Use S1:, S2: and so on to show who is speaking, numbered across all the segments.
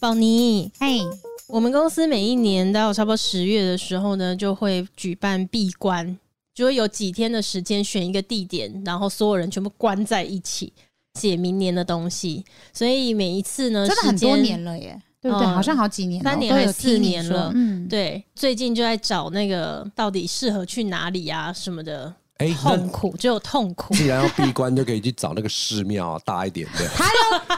S1: 宝妮，
S2: 嘿，
S1: 我们公司每一年到差不多十月的时候呢，就会举办闭关，就会有几天的时间选一个地点，然后所有人全部关在一起写明年的东西。所以每一次呢，
S2: 真的很
S1: 时间
S2: 多年了耶，对不对？
S1: 嗯
S2: 好像好几年了，
S1: 三年
S2: 都
S1: 还
S2: 有
S1: 四
S2: 听你
S1: 年
S2: 说
S1: 了
S2: 嗯，
S1: 对，最近就在找那个到底适合去哪里啊什么的，
S3: 哎，
S1: 痛
S3: 那。
S1: 苦只有痛苦
S3: 既然要闭关，就可以去找那个寺庙啊，大一点 的。
S2: 他又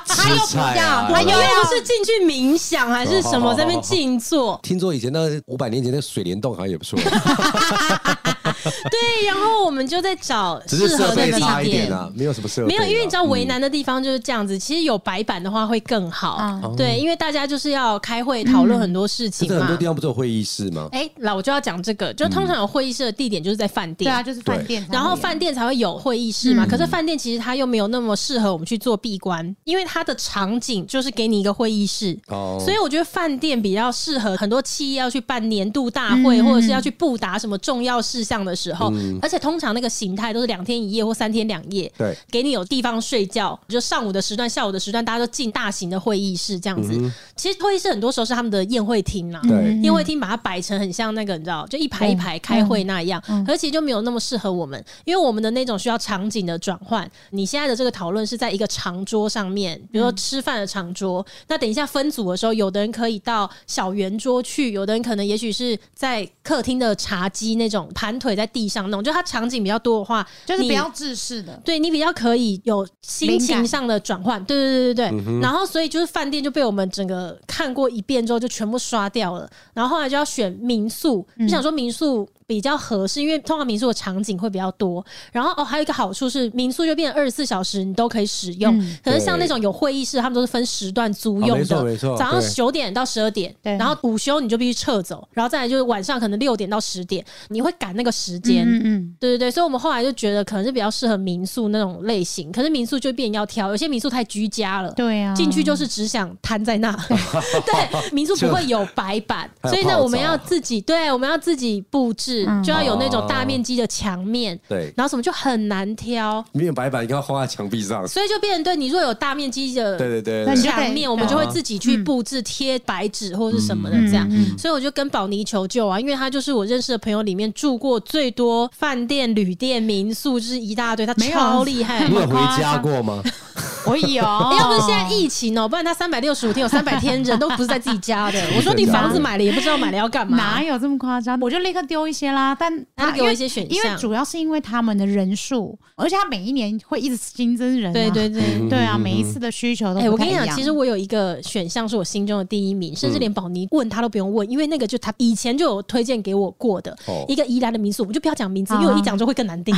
S2: 他又
S3: 吃
S2: 不
S3: 菜啊
S2: 要，
S3: 对
S2: 他
S1: 哎
S3: 不
S1: 又
S2: 又
S3: 对
S2: 要
S1: 不是进去冥想还是什 么，在那边静坐。
S3: 听说以前那五百年前那个水帘洞好像也 不错，
S1: 对，然后我们就在找
S3: 只是
S1: 适合
S3: 设
S1: 的
S3: 备
S1: 地
S3: 差一点
S1: 点。
S3: 啊，没有什么设备
S1: 没
S3: 啊。
S1: 有，因为你知道为
S3: 嗯
S1: 难的地方就是这样子。其实有白板的话会更好，
S2: 嗯
S1: 对，因为大家就是要开会讨论很多事
S3: 可
S1: 情
S3: 是很多
S1: 嘛
S2: 嗯
S3: 地。方不是有会议室吗？
S1: 哎、老我就要讲这个，就通常有会议室的地点就是在饭
S2: 对
S1: 店。
S2: 啊，就是饭店才会有，嗯
S1: 然后饭店才会有会议室嘛，可是饭店其实它又没有那么适合我们去做闭关，因为它的场景就是给你一个会议室，
S3: 哦，
S1: 哎所以我觉得饭店比较适合很多企业要去办年度大
S2: 嗯
S1: 会，或者是要去布达什么重要事项的时候，而且通常那个形态都是两天一夜或三天两夜，
S3: 嗯对啊
S1: 给你有地方睡觉，就上午的时段、下午的时段，大家都进大型的会议室这样子。其实会议室很多时候是他们的宴会厅啦。
S2: 嗯
S3: 对，
S1: 宴会厅把它摆成很像那个，你知道，就一排一排开会那样，
S2: 嗯
S1: 而且就没有那么适合我们，因为我们的那种需要场景的转换。你现在的这个讨论是在一个长桌上面，
S2: 嗯
S1: 比如说吃饭的长桌。那等一下分组的时候，有的人可以到小圆桌去，有的人可能也许是在客厅的茶几那种盘腿在地上那种，就它场景比较多的话，
S2: 就是不
S1: 你
S2: 要制式的，
S1: 对你比较可以有心情上的转换，对对对
S3: 嗯
S1: 对对。然后所以就是饭店就被我们整个看过一遍之后就全部刷掉了，然后后来就要选民宿，就想说民宿比较合适，因为通常民宿的场景会比较多。然后哦，还有一个好处是民宿就变二十四小时你都可以使用，可是像那种有会议室，他们都是分时段租
S3: 啊
S1: 用
S3: 没错
S1: 的，
S3: 没错
S1: 早上
S3: 对
S1: 九点到十二点，
S2: 对
S1: 然后午休你就必须撤走，然后再来就是晚上可能六点到十点，你会赶那个时间。
S2: 嗯嗯，
S1: 对对对，所以我们后来就觉得可能是比较适合民宿那种类型，可是民宿就变要挑，有些民宿太居家了。
S2: 对啊，
S1: 进去就是只想瘫在那， 对，民宿不会有白板，
S3: 就
S1: 所以
S3: 还
S1: 呢，
S3: 有泡澡啊
S1: 我们要自己对，我们要自己布置，
S2: 嗯
S1: 就要有那种大面积的墙面，
S3: 对，嗯
S1: 然后什么就很难挑，
S3: 没有白板，应该画在墙壁上。
S1: 所以就变成对你若有大面积的
S3: 对对对
S2: 那
S3: 对
S2: 你就
S3: 对，
S2: 可以
S1: 墙面，我们就会自己
S2: 嗯
S1: 去布置贴白纸或者是什么的这样。所以我就跟宝妮求救啊，因为他就是我认识的朋友里面住过最多饭店、旅店、民宿，就是一大堆，他
S2: 没有啊
S1: 超厉害
S3: 你。有回家过吗？
S2: 我 有，
S1: 哎要不是现在疫情哦、不然他三百六十五天有三百天人都不是在自己家 的。我说你房子买了也不知道买了要干嘛
S2: 哪，有这么夸张？我就立刻丢一些啦，但
S1: 他
S2: 他
S1: 给我一些选
S2: 因为
S1: 项。
S2: 主要是因为他们的人数，而且他每一年会一直新增人、啊，
S1: 对对对，
S2: 对
S3: 嗯
S2: 啊，每一次的需求都
S1: 哎、
S2: 不
S1: 我
S2: 太
S1: 跟你
S2: 一样。嗯
S1: 讲，其实我有一个选项是我心中的第一名，甚至连宝妮问他都不用问，因为那个就他以前就有推荐给我过的、
S3: 哦
S1: 一个宜兰的民宿，我们就不要讲名字，
S2: 啊
S1: 因为我一讲就会更难 定。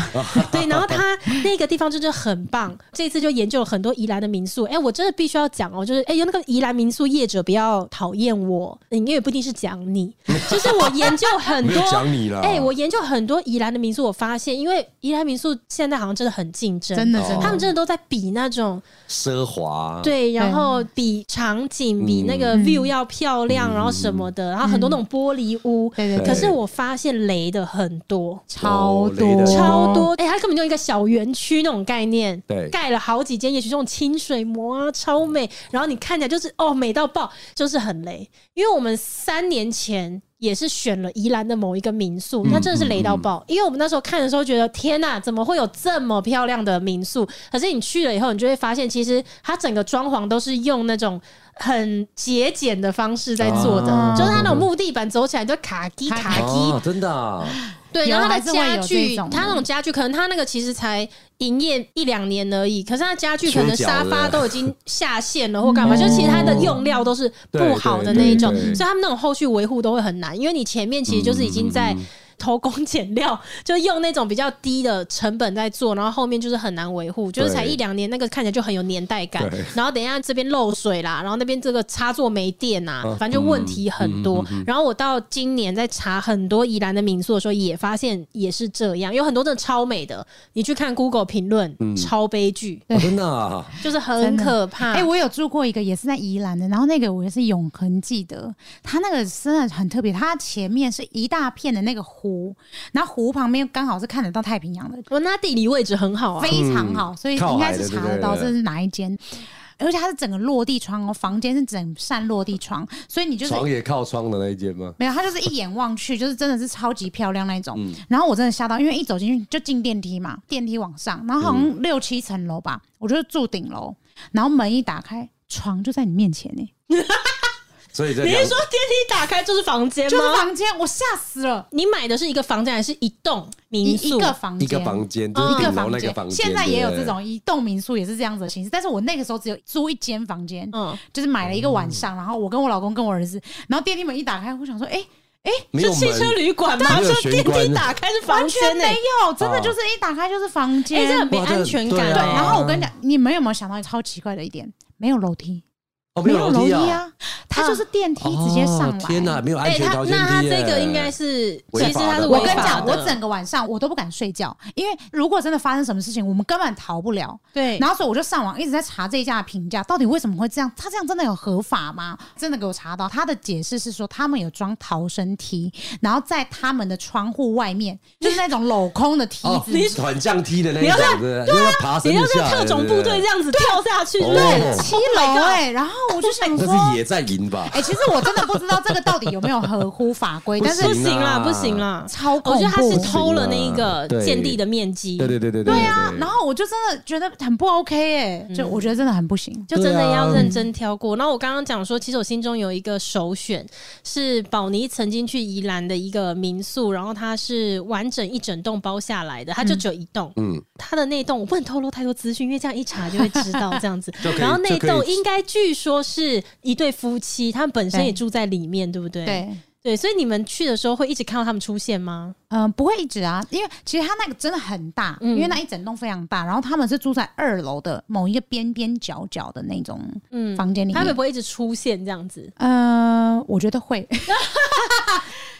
S1: 对，然后他那个地方真的很棒，这次就研究了很多宜兰的民宿。哎、我真的必须要讲哦，就是哎、那个宜兰民宿业者不要讨厌我，因为也不一定是讲 你，就是我研究很
S3: 没有
S1: 多。
S3: 讲啊你啦。
S1: 哎、我研究很多宜兰的民宿，我发现，因为宜兰民宿现在好像真的很竞争，
S2: 真的
S3: 哦
S2: 真的，
S1: 他们真的都在比那种
S3: 奢华。
S1: 对，然
S2: 对
S1: 后比场景、比那
S2: 嗯
S1: 个 view 要漂亮，然后什么的，然后很多那种玻璃屋。
S2: 对对
S1: 可
S2: 对，
S1: 是我发现雷的很多，
S2: 超
S3: 哦雷
S2: 多
S3: 的
S1: 超多，哎、它根本就一个小园区那种概念，
S3: 对
S1: 盖了好几间，也许这种清水模啊，超美，然后你看起来就是哦，美到爆，就是很雷。因为我们三年前也是选了宜兰的某一个民宿，那真的是雷到爆，因为我们那时候看的时候觉得天呐、怎么会有这么漂亮的民宿？可是你去了以后，你就会发现，其实它整个装潢都是用那种。很节俭的方式在做的，
S2: 啊
S1: 就是它那种木地板走起来就卡机卡机，
S3: 哦，真的啊，
S1: 对，
S2: 有
S1: 然后它
S2: 还
S1: 的
S2: 是会
S1: 家
S2: 有
S1: 具，
S2: 这种
S1: 它那种家具，可能它那个其实才营业一两年而已，可是它家具可能
S3: 缺角
S1: 沙发
S3: 了
S1: 都已 经下线了或干
S2: 哦
S1: 嘛，就其实它的用料都是不
S3: 对
S1: 好的
S3: 对
S1: 那一
S3: 对
S1: 种，
S3: 对
S1: 所以他们那种后续维护都会很难，因为你前面其实就是已经
S3: 嗯
S1: 在。偷工 减料，就用那种比较低的成本在做，然后后面就是很难维护，就是才
S3: 对
S1: 一两年，那个看起来就很有年代感
S3: 对。
S1: 然后等一下这边漏水啦，然后那边这个插座没电呐、
S3: 啊嗯
S1: 反正就问题很多。然后我到今年在查很多宜兰的民宿的时候，也发现也是这样，有很多真的超美的，你去看 Google 评论，
S3: 嗯
S1: 超悲剧，
S3: 哦真的啊，
S1: 就是很
S2: 真的
S1: 可怕。
S2: 哎、我有住过一个也是在宜兰的，然后那个我也是永恒记得，它那个真的很特别，它前面是一大片的那个湖，然后湖旁边刚好是看得到太平洋的，
S1: 我那地理位置很好啊，
S2: 非常好，所以应该是查得到这是哪一间。而且它是整个落地窗哦，房间是整扇落地窗，所以你就是
S3: 床也靠窗的那一间吗？
S2: 没有，它就是一眼望去，就是真的是超级漂亮那一种。然后我真的吓到，因为一走进去就进电梯嘛，电梯往上，然后好像六七层楼吧，我就住顶楼，然后门一打开，床就在你面前呢、欸
S3: 所以在
S1: 你
S3: 两
S1: 是说电梯打开就是房间
S2: 就是
S1: 吗？
S2: 房间，我吓死了，
S1: 你买的是一个房间还是一栋
S2: 一
S1: 民宿？
S2: 一个房
S3: 一
S2: 间，
S3: 个房间，就
S1: 嗯
S3: 是
S2: 一个
S3: 顶楼
S2: 房
S3: 那个
S2: 间，
S3: 房间，
S2: 现在也有
S3: 对不
S2: 这
S3: 对
S2: 种一栋民宿也是这样子的形式，但是我那个时候只有租一间房间，
S1: 嗯，
S2: 就是买了一个晚上，然后我跟我老公跟我儿子，然后电梯门一打开，我想说，哎、
S3: 没
S1: 是
S3: 有
S1: 汽
S3: 门，
S1: 车旅馆吗？
S3: 没有
S1: 就
S3: 玄
S1: 电
S3: 关
S1: 梯打开是房
S2: 完全
S1: 间欸呢、
S2: 没有，真的
S3: 啊
S2: 就是一打开就是房
S1: 哎、
S2: 间，
S1: 这很没
S3: 哇这
S1: 安
S3: 很
S1: 全
S3: 对
S1: 感、
S3: 啊
S1: 欸。
S2: 对，然后我跟你讲，你们有没有想到超奇怪的一点？没有楼梯，
S3: 哦，
S2: 没
S3: 有
S2: 楼
S3: 梯
S2: 梯，啊，它就是电梯直接上来。
S3: 哦天哪，没有安
S1: 哎、
S3: 全
S1: 他
S3: 条件
S1: 那他
S3: 梯耶
S1: 这个应该是，
S3: 违
S1: 其
S3: 法
S1: 实他是
S3: 的
S2: 我
S1: 违
S2: 跟你
S1: 法
S2: 讲，
S1: 的。
S2: 我整个晚上我都不敢睡觉，因为如果真的发生什么事情，我们根本逃不了。
S1: 对，
S2: 然后所以我就上网一直在查这一家的评价，到底为什么会这样？他这样真的有合法吗？真的给我查到，他的解释是说他们有装逃生梯，然后在他们的窗户外面，就是那种镂空的梯
S3: 哦
S2: 子，，
S3: 缓降梯的那一
S1: 你要
S3: 种，
S1: 像
S3: 对不对，因为爬
S1: 你
S3: 升
S1: 要
S3: 就下
S1: 像
S3: 来
S1: 特种部队这
S3: 对
S1: 样子
S2: 啊
S1: 跳下去，
S3: 哦
S1: 对，
S2: 七
S1: ，Oh
S2: 楼哎、然后我就想
S3: 不对
S2: 说，
S3: 那是野战营吧？
S2: 哎、其实我真的不知道这个到底有没有合乎法规，
S3: 不
S2: 但
S1: 不
S2: 是
S1: 行啦，
S3: 行啊
S1: 不行啦。
S2: 超
S1: 我
S2: 恐
S1: 觉
S2: 怖。
S1: 得他是偷了那一
S3: 不行啊
S1: 个
S3: 对
S1: 建地的面积，
S3: 对对对对对
S2: 对
S3: 对
S2: 啊，然后我就真的觉得很不 OK 哎、
S1: 嗯
S2: 就我觉得真的很不行。
S1: 就真的
S3: 对啊
S1: 要认真挑过。然后我刚刚讲说，其实我心中有一个首选是宝妮曾经去宜兰的一个民宿，然后它是完整一整栋包下来的，它就只有一栋。
S3: 嗯，
S1: 它的那栋我不能透露太多资讯，因为这样一查就会知 道这样子
S3: 就可。以
S1: 然后那
S3: 就可以
S1: 栋应该据说是一对夫妻，他们本身
S2: 对
S1: 也住在里面，对不对？
S2: 对，
S1: 对，所以你们去的时候会一直看到他们出现吗？
S2: 嗯、不会一直啊，因为其实它那个真的很大，
S1: 嗯
S2: 因为那一整栋非常大，然后他们是住在二楼的某一个边边角角的那种
S1: 嗯，
S2: 房间里
S1: 他
S2: 面。
S1: 们不会一直出现这样子。
S2: 呃，我觉得会，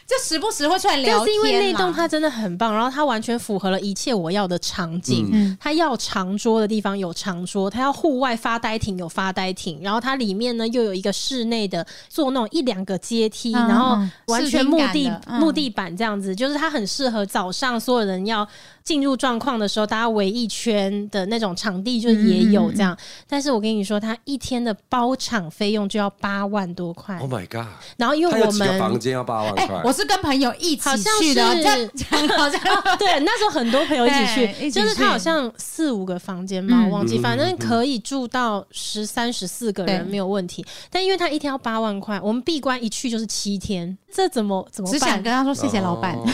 S2: 就时不时会出来聊天啊
S1: 但
S2: 啦。
S1: 是因为那栋它真的很棒，然后它完全符合了一切我要的场景。
S2: 嗯
S1: 它要长桌的地方有长桌，它要户外发呆亭有发呆亭，然后它里面呢又有一个室内的，做那种一两个阶梯，
S2: 嗯
S1: 然后
S2: 嗯
S1: 完全
S2: 视
S1: 木
S2: 听感
S1: 地
S2: 的嗯
S1: 木地板这样子，就是它很适合早上所有人要进入状况的时候，大家围一圈的那种场地就也有
S2: 嗯
S1: 这样。但是我跟你说，它一天的包场费用就要八万多块，
S3: ，Oh my god，
S1: 然后因
S3: 他
S1: 为
S3: 有
S1: 我
S3: 几个
S1: 们
S3: 房间要八万
S2: 哎、
S3: 块？
S2: 我是跟朋友一
S1: 好
S2: 起
S1: 像
S2: 去的，啊
S1: 是哦
S2: 这讲 好像
S1: 对，那时候很多朋友一起
S2: 对
S1: 去，
S2: 一起
S1: 就是他
S2: 去
S1: 好像四五个房间吧，我
S2: 嗯
S1: 忘记，
S3: 嗯
S1: 反正可以住到十三、十四个人
S2: 对
S1: 没有问题。但因为他一天要八万块，我们闭关一去就是七天，这怎么怎么
S2: 只想
S1: 办？
S2: 跟他说谢谢老板。
S3: 哦，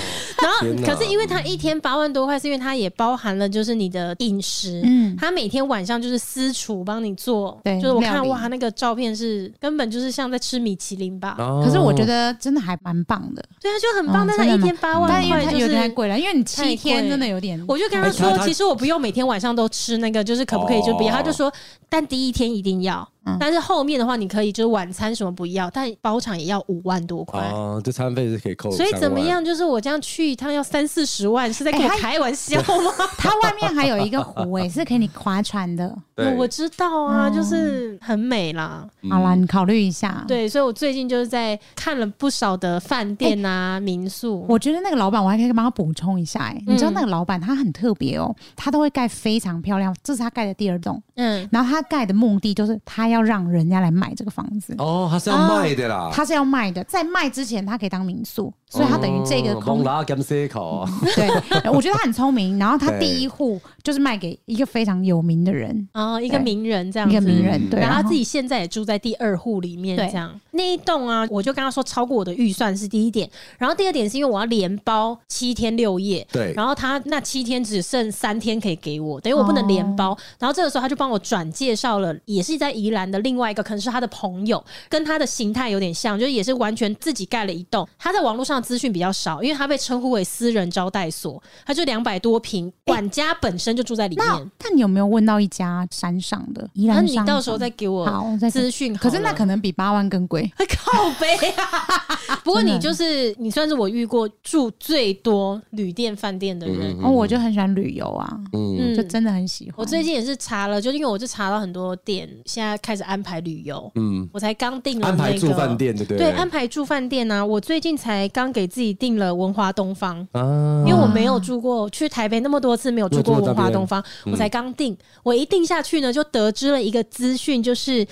S1: 然后
S3: 天哪
S1: 可是因为他一天八万多块，是因为他也包含了就是你的饮食。
S2: 嗯，
S1: 他每天晚上就是私厨帮你做，
S2: 对
S1: 就是我
S2: 料
S1: 看
S2: 理
S1: 哇，那个照片是根本就是像在吃米其林吧？
S3: 哦
S2: 可是我觉得真的还蛮棒的，
S1: 对啊，就很棒，
S2: 嗯
S1: 但是他
S2: 真的
S1: 一
S2: 吗
S1: 天八万
S2: 但因为
S1: 块就
S2: 它
S1: 是
S2: 有点太贵了，因为你七
S1: 太贵
S2: 天真的有点。
S1: 我就跟他
S3: 哎
S1: 说
S3: 他，他
S1: 其实我不用每天晚上都吃那个，就是可不可以就不要？
S3: 哦
S1: 他就说，但第一天一定要
S2: 嗯，
S1: 但是后面的话你可以就是晚餐什么不要，但包场也要五万多块。
S3: 哦，这餐费是可以扣，
S1: 所以怎么？样？就是我这样去一趟要三四十万，是在跟我
S2: 哎他
S1: 开玩笑吗？
S2: 它外面还有一个湖、诶，是给你划船的。
S3: 对，
S1: 我知道啊，
S2: 嗯
S1: 就是很美啦。
S3: 嗯
S2: 好啦，你考虑一下。，
S1: 对，所以我最近就是在看了不少的饭店啊、民宿。
S2: 我觉得那个老板，我还可以帮他补充一下、诶，你知
S1: 嗯
S2: 道那个老板他很特别哦、他都会盖非常漂亮，这是他盖的第二栋，
S1: 嗯，
S2: 然后他盖的目的就是他要让人家来买这个房子。
S3: 哦，他是要卖的啦，
S2: 他是要卖的，在卖之前他可以当民宿，所以他等于这
S1: 哦
S2: 个空
S3: 空哦拉甘塞口， 啊
S2: 对，我觉得他很聪 明。然后他
S3: 对
S2: 第一户就是卖给一个非常有名的人，
S1: 然哦后一个
S2: 对
S1: 名人这样
S2: 一
S1: 子，
S2: 个名人，对，
S1: 然后他自己现在也住在第二户里面，
S2: 对
S1: 这样那一栋啊，我就跟他说超过我的预算是第一点，然后第二点是因为我要连包七天六夜，
S3: 对，嗯
S1: 然后他那七天只剩三天可以给我，等于我不能连包。
S2: 哦
S1: 然后这个时候他就帮我转介绍了，也是在宜兰的另外一个，可能是他的朋友，跟他的形态有点像，就是也是完全自己盖了一栋。他在网络上的资讯比较少，因为他被称呼为私人招待所，他就两百多平，管家本身就住在里面。
S2: 那那你有没有问到一家山上的宜
S1: 那
S2: 兰
S1: 你
S2: 山上？
S1: 到时候再给我
S2: 好，再
S1: 资讯好
S2: 可
S1: 了，
S2: 是那可能比八万更贵。
S1: 靠背啊！ 不过你
S2: 真的
S1: 就是你算是我遇过住最多旅店饭店的人。嗯
S2: 哦，我就很喜欢旅游啊，
S3: 嗯，
S2: 就真的很喜欢。
S1: 我最近也是查了，就因为我就查到很多店现在开始安排旅游，
S3: 嗯，
S1: 我才刚订了、那
S3: 安
S1: 个、
S3: 排住饭店的对不
S1: 对，安排住饭店啊！我最近才刚给自己订了文华东方，
S3: 啊，
S1: 因为我没有住过，去台北那么多次没有住过文华东方，我
S3: 嗯
S1: 才刚订。我一订下去呢，就得知了一个资讯，就是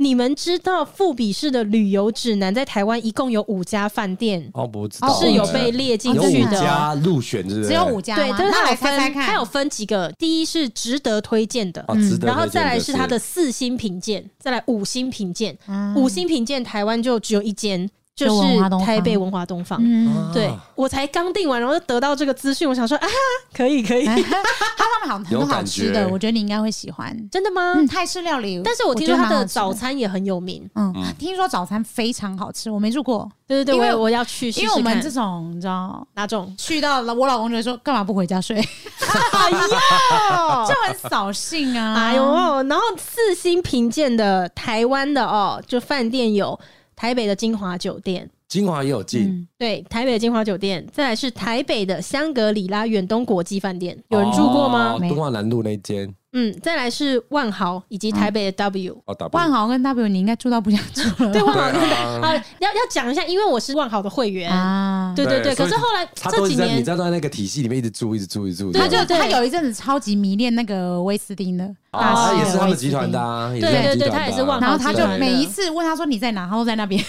S1: 你们知道富比士的旅游指南在台湾一共有五家饭店
S3: 哦，不知
S2: 哦
S3: 道
S1: 是有被列进
S3: 有
S1: 去
S3: 五
S1: 的。
S3: 家入选，是不是？
S2: 只有五家吗，
S1: 对，但是
S2: 那
S1: 它
S2: 来
S1: 有
S2: 猜猜
S1: 分，
S2: 看，
S1: 它有分几个。第一是值得推荐的，
S3: 哦，值得推荐
S1: 嗯
S3: 的
S1: 然后再来是它的四星评鉴，再来五星评鉴。
S2: 嗯
S1: 五星评鉴台湾就只有一间，就
S2: 就文华东
S1: 是
S2: 方
S1: 台北文华东方。
S2: 嗯，
S1: 对
S3: 啊
S1: 我才刚订完，然后就得到这个资讯，我想说 啊，可以可以，
S2: 它上面好像
S3: 有
S2: 很好
S3: 感
S2: 吃
S3: 觉
S2: 的，我觉得你应该会喜欢。
S1: 真的吗？
S2: 嗯，泰式料理，
S1: 但是我听
S2: 觉
S1: 说
S2: 得
S1: 它
S2: 蛮好
S1: 的
S2: 吃
S1: 早，餐也很有名，
S2: 嗯，听说早餐非常好吃，我没住过，
S1: 对对对，
S2: 因
S1: 我
S2: 为
S1: 也我要去试试
S2: 因为我们
S1: 看
S2: 这种你知道。
S1: 哪 种？
S2: 去到了，我老公就会说：“干嘛不回家睡？
S1: 哎呀，
S2: 这很扫兴啊！
S1: 哦哎呦，然后四星评鉴的台湾的哦，就饭店有台北的金华酒店。
S3: 金华也有进，
S1: 对，台北的金华酒店，再来是台北的香格里拉远东国际饭店，有人住过吗？
S3: 哦
S2: 没有
S3: 敦化南路那一间
S1: 嗯，再来是万豪以及台北的 W，、
S3: 哦，打不
S2: 万豪跟 W，你应该住到不想住了
S1: 对万豪
S3: 对
S1: 跟
S3: 啊
S1: 啊，要要讲一下，因为我是万豪的会员，
S2: 啊！
S1: 对对对。
S3: 对所
S1: 可
S3: 以
S1: 是后来
S3: 他都
S1: 这
S3: 一
S1: 几
S3: 直在
S1: 年
S3: 你，在他那个体系里面一直住，一直住，一直住，
S1: 对
S2: 他
S3: 这样
S2: 就
S1: 对
S2: 他有一阵子超级迷恋那个威斯汀的，
S3: 哦
S1: 啊
S2: 大
S3: 他
S2: 西
S3: 也
S2: 的
S3: 是他
S2: 威
S3: 们
S2: 斯
S3: 集团的
S2: 汀
S3: 啊，也
S1: 对
S3: 是他们
S1: 对对
S3: 集团的啊
S1: 他也是万豪
S2: 然后他就
S1: 集团的
S2: 每一次问他说你在哪，他都在那边。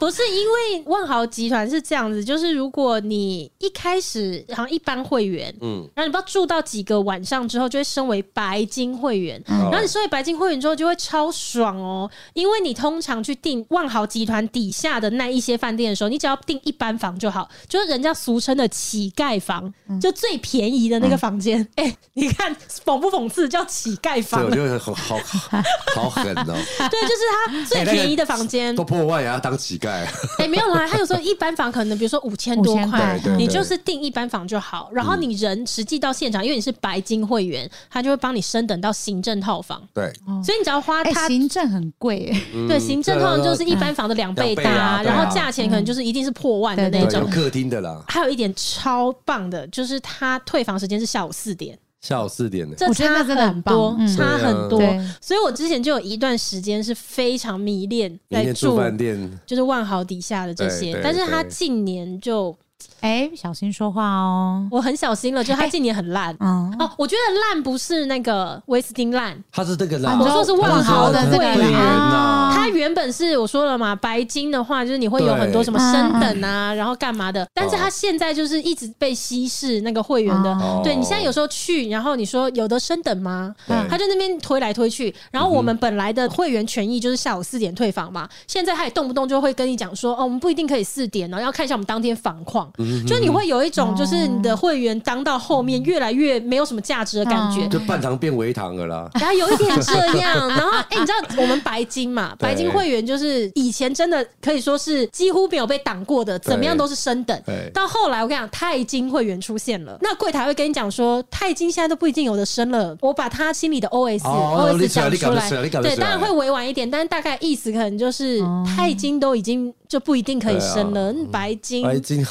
S1: 不是因为万豪集团是这样子，就是如果你一开始好像一般会员，
S3: 嗯，
S1: 然后你不知道住到几个晚上之后，就会升为白金会员。
S3: 然
S1: 然后你升为白金会员之后，就会超爽哦，因为你通常去订万豪集团底下的那一些饭店的时候，你只要订一般房就好，就是人家俗称的乞丐房，
S3: 嗯
S1: 就最便宜的那个房间。哎、你看讽不讽刺？叫乞丐
S3: 这
S1: 房
S3: 我，觉得好好好好狠
S1: 对，
S3: 哦，
S1: 就是它最
S3: 哎那个
S1: 便宜的房间。
S3: 都破万也要当乞丐，啊
S1: 哎、没有啦，他有时候一般房可能比如说五千多
S2: 5000
S1: 块
S3: 对对，对
S1: 你就是订一般房就好，然后
S2: 嗯
S1: 你人实际到现场，因为你是白金会员，他就会帮你升等到行政套房，
S3: 对，
S1: 所以你只要花
S2: 哦哎，
S1: 他。
S2: 行政很贵，
S3: 嗯
S1: 对，行政套房就是一般房的两倍
S3: 两倍
S1: 大，
S3: 啊对啊
S1: 然后价钱可能就是一定是破万的
S2: 嗯对
S1: 那
S3: 对有
S1: 种。
S3: 客厅的啦，
S1: 还有一点超棒的，就是他退房时间是下午四点，
S3: 下午四点的，
S1: 这
S2: 我觉得
S1: 差
S2: 那真的很
S1: 很多
S2: 棒，嗯
S1: 差很多
S2: 对啊对。
S1: 所以我之前就有一段时间是非常迷恋
S3: 明
S1: 在
S3: 天住
S1: 住，
S3: 饭店，
S1: 就是万豪底下的这
S3: 对
S1: 些，
S3: 对
S1: 但是他
S3: 对
S1: 近年就
S2: 哎，小心说话哦。
S1: 我很小心了，就他今年很烂、
S2: 嗯，
S1: 哦。我觉得烂不是那个威斯汀烂，
S3: 他是这个
S2: 啊
S3: 啦，
S2: 你
S1: 哦我说是万豪的这个啊
S3: 会员呐，
S1: 它原本是我说了嘛，白金的话就是你会有
S3: 对
S1: 很多什么升等啊，然后干嘛的，但是它现在就是一直被稀释那个会员的。
S2: 哦
S1: 对你现在有时候去，然后你说有的升等吗？
S3: 对
S1: 他就那边推来推去，然后我们本来的会员权益就是下午四点退房嘛，现在他也动不动就会跟你讲说，哦，我们不一定可以四点哦，要看一下我们当天房况，就你会有一种就是你的会员当到后面越来越没有什么价值的感觉
S2: 嗯，
S3: 就半糖变微糖了啦，
S1: 然后有一点这 样，然后哎、你知道我们白金嘛？
S3: 对
S1: 白金会员就是以前真的可以说是几乎没有被挡过的，怎么样都是升等
S3: 对。
S1: 到后来我跟你讲，钛金会员出现了，那柜台会跟你讲说，钛金现在都不一定有的升了。我把他心里的 OS、
S3: 哦你
S1: OS
S3: 讲
S1: 讲
S3: 你
S1: 出
S3: 讲
S1: 来
S3: 得出来你，讲得
S1: 对，
S3: 出来
S1: 当然会委婉一点，但是大概意思可能就是钛金都已经就不一定可以升了，嗯白金
S3: 哎，今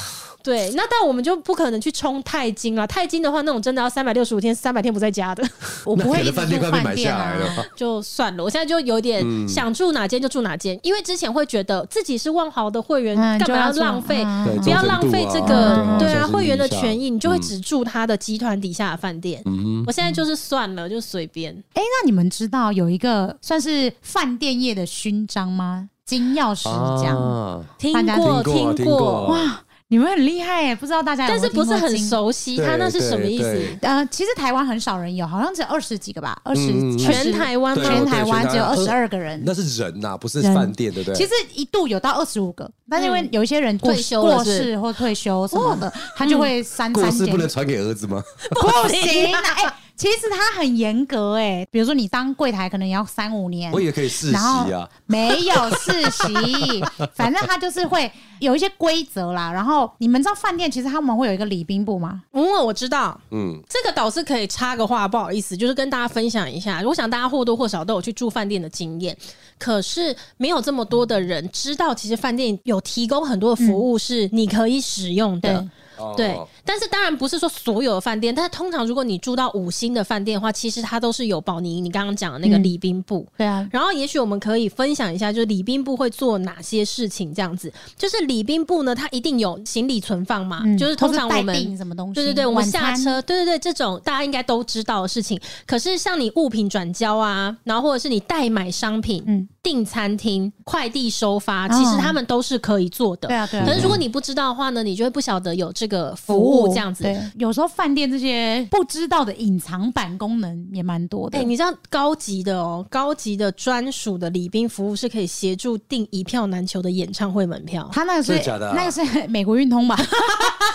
S1: 对，那但我们就不可能去冲钛金了。钛金的话，那种真的要三百六十五天、三百天不在家的。
S2: 我不会
S3: 那可
S2: 一直
S3: 能饭
S2: 住
S3: 店快被
S2: 饭
S3: 买
S2: 店
S3: 下来
S2: 啊。
S3: 了，
S1: 就算了，我现在就有点
S3: 嗯
S1: 想住哪间就住哪间，因为之前会觉得自己是万豪的会员，
S2: 嗯，
S1: 干
S2: 就
S1: 嘛
S2: 要
S1: 要
S2: 做
S1: 浪费？
S2: 嗯
S3: 对
S1: 不要浪费这个
S2: 忠诚度啊
S1: 对
S3: 小
S1: 啊
S3: 心
S1: 会员的
S3: 一下嗯
S1: 权益，你就会只住他的集团底下的饭店。
S2: 嗯
S1: 我现在就是算了，就随便。
S2: 哎，那你们知道有一个算是饭店业的勋章吗？金钥匙奖，
S3: 啊，
S1: 听
S2: 大家
S1: 过
S3: 听过
S1: 听
S3: 听过
S1: 过，
S2: 哇，你们很厉害耶！不知道大家有没
S1: 但
S2: 有
S1: 是不是
S2: 听过
S1: 很
S2: 金
S1: 熟悉，
S3: 对
S1: 他那是什么意
S3: 对
S1: 思
S3: 对？
S2: 呃，其实台湾很少人有，好像只有二十几个吧，二十、
S3: 嗯嗯嗯
S1: 全台湾
S3: 对
S1: 吗
S2: 全
S3: 哦？
S2: 台湾
S3: 全台湾
S2: 只有二十二个人。
S3: 那是人呐，不是
S2: 人
S3: 饭店，对不对？
S2: 其实一度有到二十五个，但是因为
S1: 嗯
S2: 有一些人过
S1: 退休了
S2: 过
S1: 是不是哦
S2: 世或退休什么的，他就会删
S3: 过
S2: 删
S3: 世
S2: 减。
S3: 不能传给儿子吗？
S2: 不行啊！哎、其实他很严格哎、比如说你当柜台可能也要三五年
S3: 我，也可以世袭
S2: 然后
S3: 啊，
S2: 没有世 袭，反正他就是会有一些规则啦。然后你们知道饭店其实他们会有一个礼宾部吗？
S1: 嗯，我知道。
S3: 嗯，
S1: 这个倒是可以插个话，不好意思，就是跟大家分享一下。我想大家或多或少都有去住饭店的经验，可是没有这么多的人知道，其实饭店有提供很多的服务是你可以使用的。
S2: 对
S3: 哦
S1: 对，但是当然不是说所有的饭店，但是通常如果你住到五星的饭店的话，其实它都是有保宁你刚刚讲的那个
S2: 嗯
S1: 礼宾部。
S2: 对啊，
S1: 然后，也许我们可以分享一下，就是礼宾部会做哪些事情，这样子。就是礼宾部呢，它一定有行李存放嘛，
S2: 嗯
S1: 就是通常
S2: 或是
S1: 我
S2: 带订
S1: 们。
S2: 什么东西，
S1: 对对对，我们
S2: 晚
S1: 下
S2: 餐
S1: 车，对对对，这种大家应该都知道的事情。可是像你物品转交啊，然后或者是你代买商品、
S2: 嗯
S1: 订餐厅、快递收发，
S2: 哦
S1: 其实他们都是可以做的。
S2: 对啊对啊
S1: 可
S2: 对
S1: 是
S3: 嗯
S2: 啊。
S1: 如果你不知道的话呢，你就会不晓得有这个服务这样子。
S2: 对，有时候饭店这些不知道的隐藏版功能也蛮多的。
S1: 哎、你知道高级的哦，高级的专属的礼宾服务是可以协助订一票难求的演唱会门票。
S2: 他那个是
S3: 真的假的啊
S2: 那个是美国运通 吧？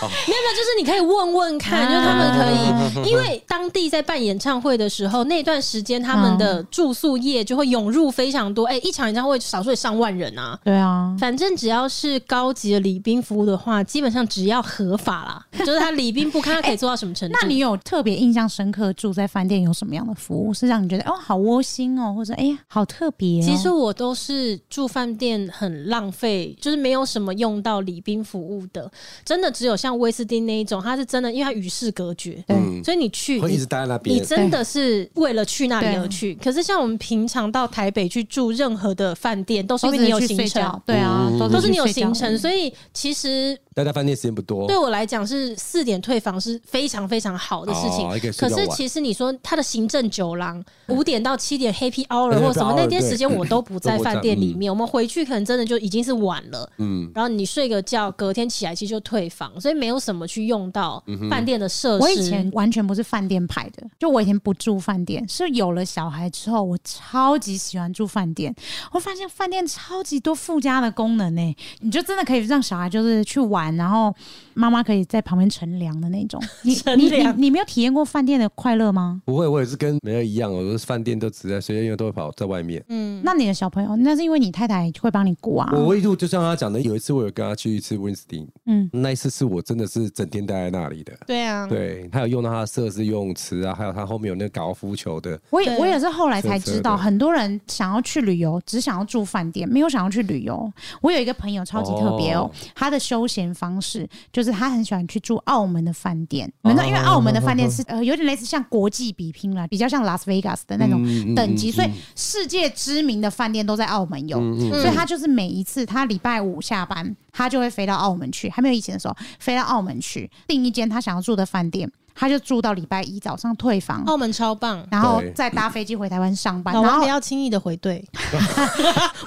S1: 没有没有，就是你可以问问看，
S2: 啊
S1: 就是他们可以，因为当地在办演唱会的时候，那段时间他们的住宿业就会涌入非常多，哎、一场演唱会少说也上万人啊。
S2: 对啊，
S1: 反正只要是高级的礼宾服务的话，基本上只要合法啦，就是他礼宾部看他可以做到什么程度。
S2: 那你有特别印象深刻住在饭店有什么样的服务是让你觉得哦好窝心哦，或者哎呀好特别、哦？
S1: 其实我都是住饭店很浪费，就是没有什么用到礼宾服务的，真的只有像威斯汀那一种，它是真的，因为它与世隔绝，
S2: 对
S3: 嗯，
S1: 所以你去
S3: 会一直
S1: 你
S3: 待在那
S1: 你
S3: 边。
S1: 真的是为了去那里
S2: 对
S1: 而去。可是像我们平常到台北去住任何的饭店，都是因为
S2: 都是
S1: 你有
S2: 去
S1: 行
S2: 睡
S1: 程
S2: 觉，，对啊，
S3: 嗯
S1: 都
S2: 是
S1: 是
S2: 去
S1: 你有
S2: 睡觉
S1: 行程，所以其实
S3: 待在饭店时间不多，
S1: 对我来讲是四点退房是非常非常好的事情。
S3: 哦一个睡
S1: 可
S3: 到
S1: 是
S3: 晚
S1: 其实你说他的行政酒廊五点到七点 Happy Hour
S3: 哎
S1: 或什么
S3: happy hour，
S1: 那天时间
S3: 对
S1: 我都不在
S3: 都不在
S1: 饭店里面，我们回去可能真的就已经是晚了。
S3: 嗯，
S1: 然后你睡个觉，隔天起来其实就退房，所以没有什么去用到
S3: 嗯
S1: 饭店的设施。
S2: 我以前完全不是饭店派的，就我以前不住饭店，是有了小孩之后，我超级喜欢住饭店。我发现饭店超级多附加的功能呢、欸你就真的可以让小孩就是去玩，然后妈妈可以在旁边乘凉的那种。你
S1: 乘
S2: 你你
S1: 凉
S2: 你没有体验过饭店的快乐吗？
S3: 不会，我也是跟梅儿一样，我都是饭店都只在随便用，都会跑在外面。
S1: 嗯
S2: 那你的小朋友，那是因为你太太会帮你顾啊。
S3: 我一度就像他讲的，有一次我有跟他去一次温斯汀，
S2: 嗯，
S3: 那一次是我真的是整天待在那里的。
S1: 对啊，
S3: 对，他有用到他的设施游泳池啊，还有他后面有那个高尔夫球的，
S2: 我也
S1: 对
S2: 我也是后来才
S3: 对
S2: 知
S3: 对
S2: 道，
S3: 对
S2: 很多人想要去旅游，只想要住饭店，没有想要去旅游。我有一个朋友超级特别哦，
S3: 哦
S2: 他的休闲方式就是他很喜欢去住澳门的饭店，
S3: 哦
S2: 那、因为澳门的饭店是呃有点类似像国际比拼啦，比较像拉斯维加斯的那种
S3: 嗯
S2: 等级，所以世界知名的饭店都在澳门有。
S1: 嗯
S2: 所以他就是每一次他礼拜五下班，他就会飞到澳门去，还没有疫情的时候，飞到澳门去订一间他想要住的饭店，他就住到礼拜一早上退房，
S1: 澳门超棒。
S2: 然后
S3: 对
S2: 再搭飞机回台湾上班，
S1: 老
S2: 然
S1: 王
S2: 后
S1: 不要轻易的回 队，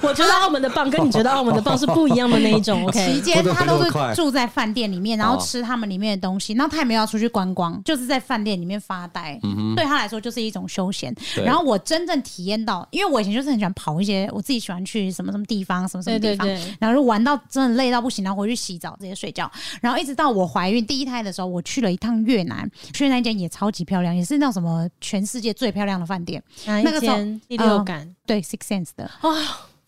S1: 我觉得澳门的棒跟你觉得澳门的棒是不一样的那一种。
S2: 期
S1: OK，
S2: 间他都
S3: 或者
S2: 是
S3: 回得快
S2: 住在饭店里面，然后
S3: 哦
S2: 吃他们里面的东西，然后他也没有要出去观光，就是在饭店里面发呆，对他来说就是一种休闲。
S3: 嗯对
S2: 然后我真正体验到，因为我以前就是很喜欢跑一些我自己喜欢去什么什么地方，什么什么
S1: 对
S2: 地
S1: 对
S2: 方，
S1: 对，
S2: 然后就玩到真的累到不行，然后回去洗澡，直接睡觉。然后一直到我怀孕第一胎的时候，我去了一趟越南，去那间也超级漂亮，也是那种什么全世界最漂亮的饭店，
S1: 哪
S2: 那
S1: 一
S2: 个时候
S1: 间第六感？
S2: 对 Six Sense 的
S1: 哦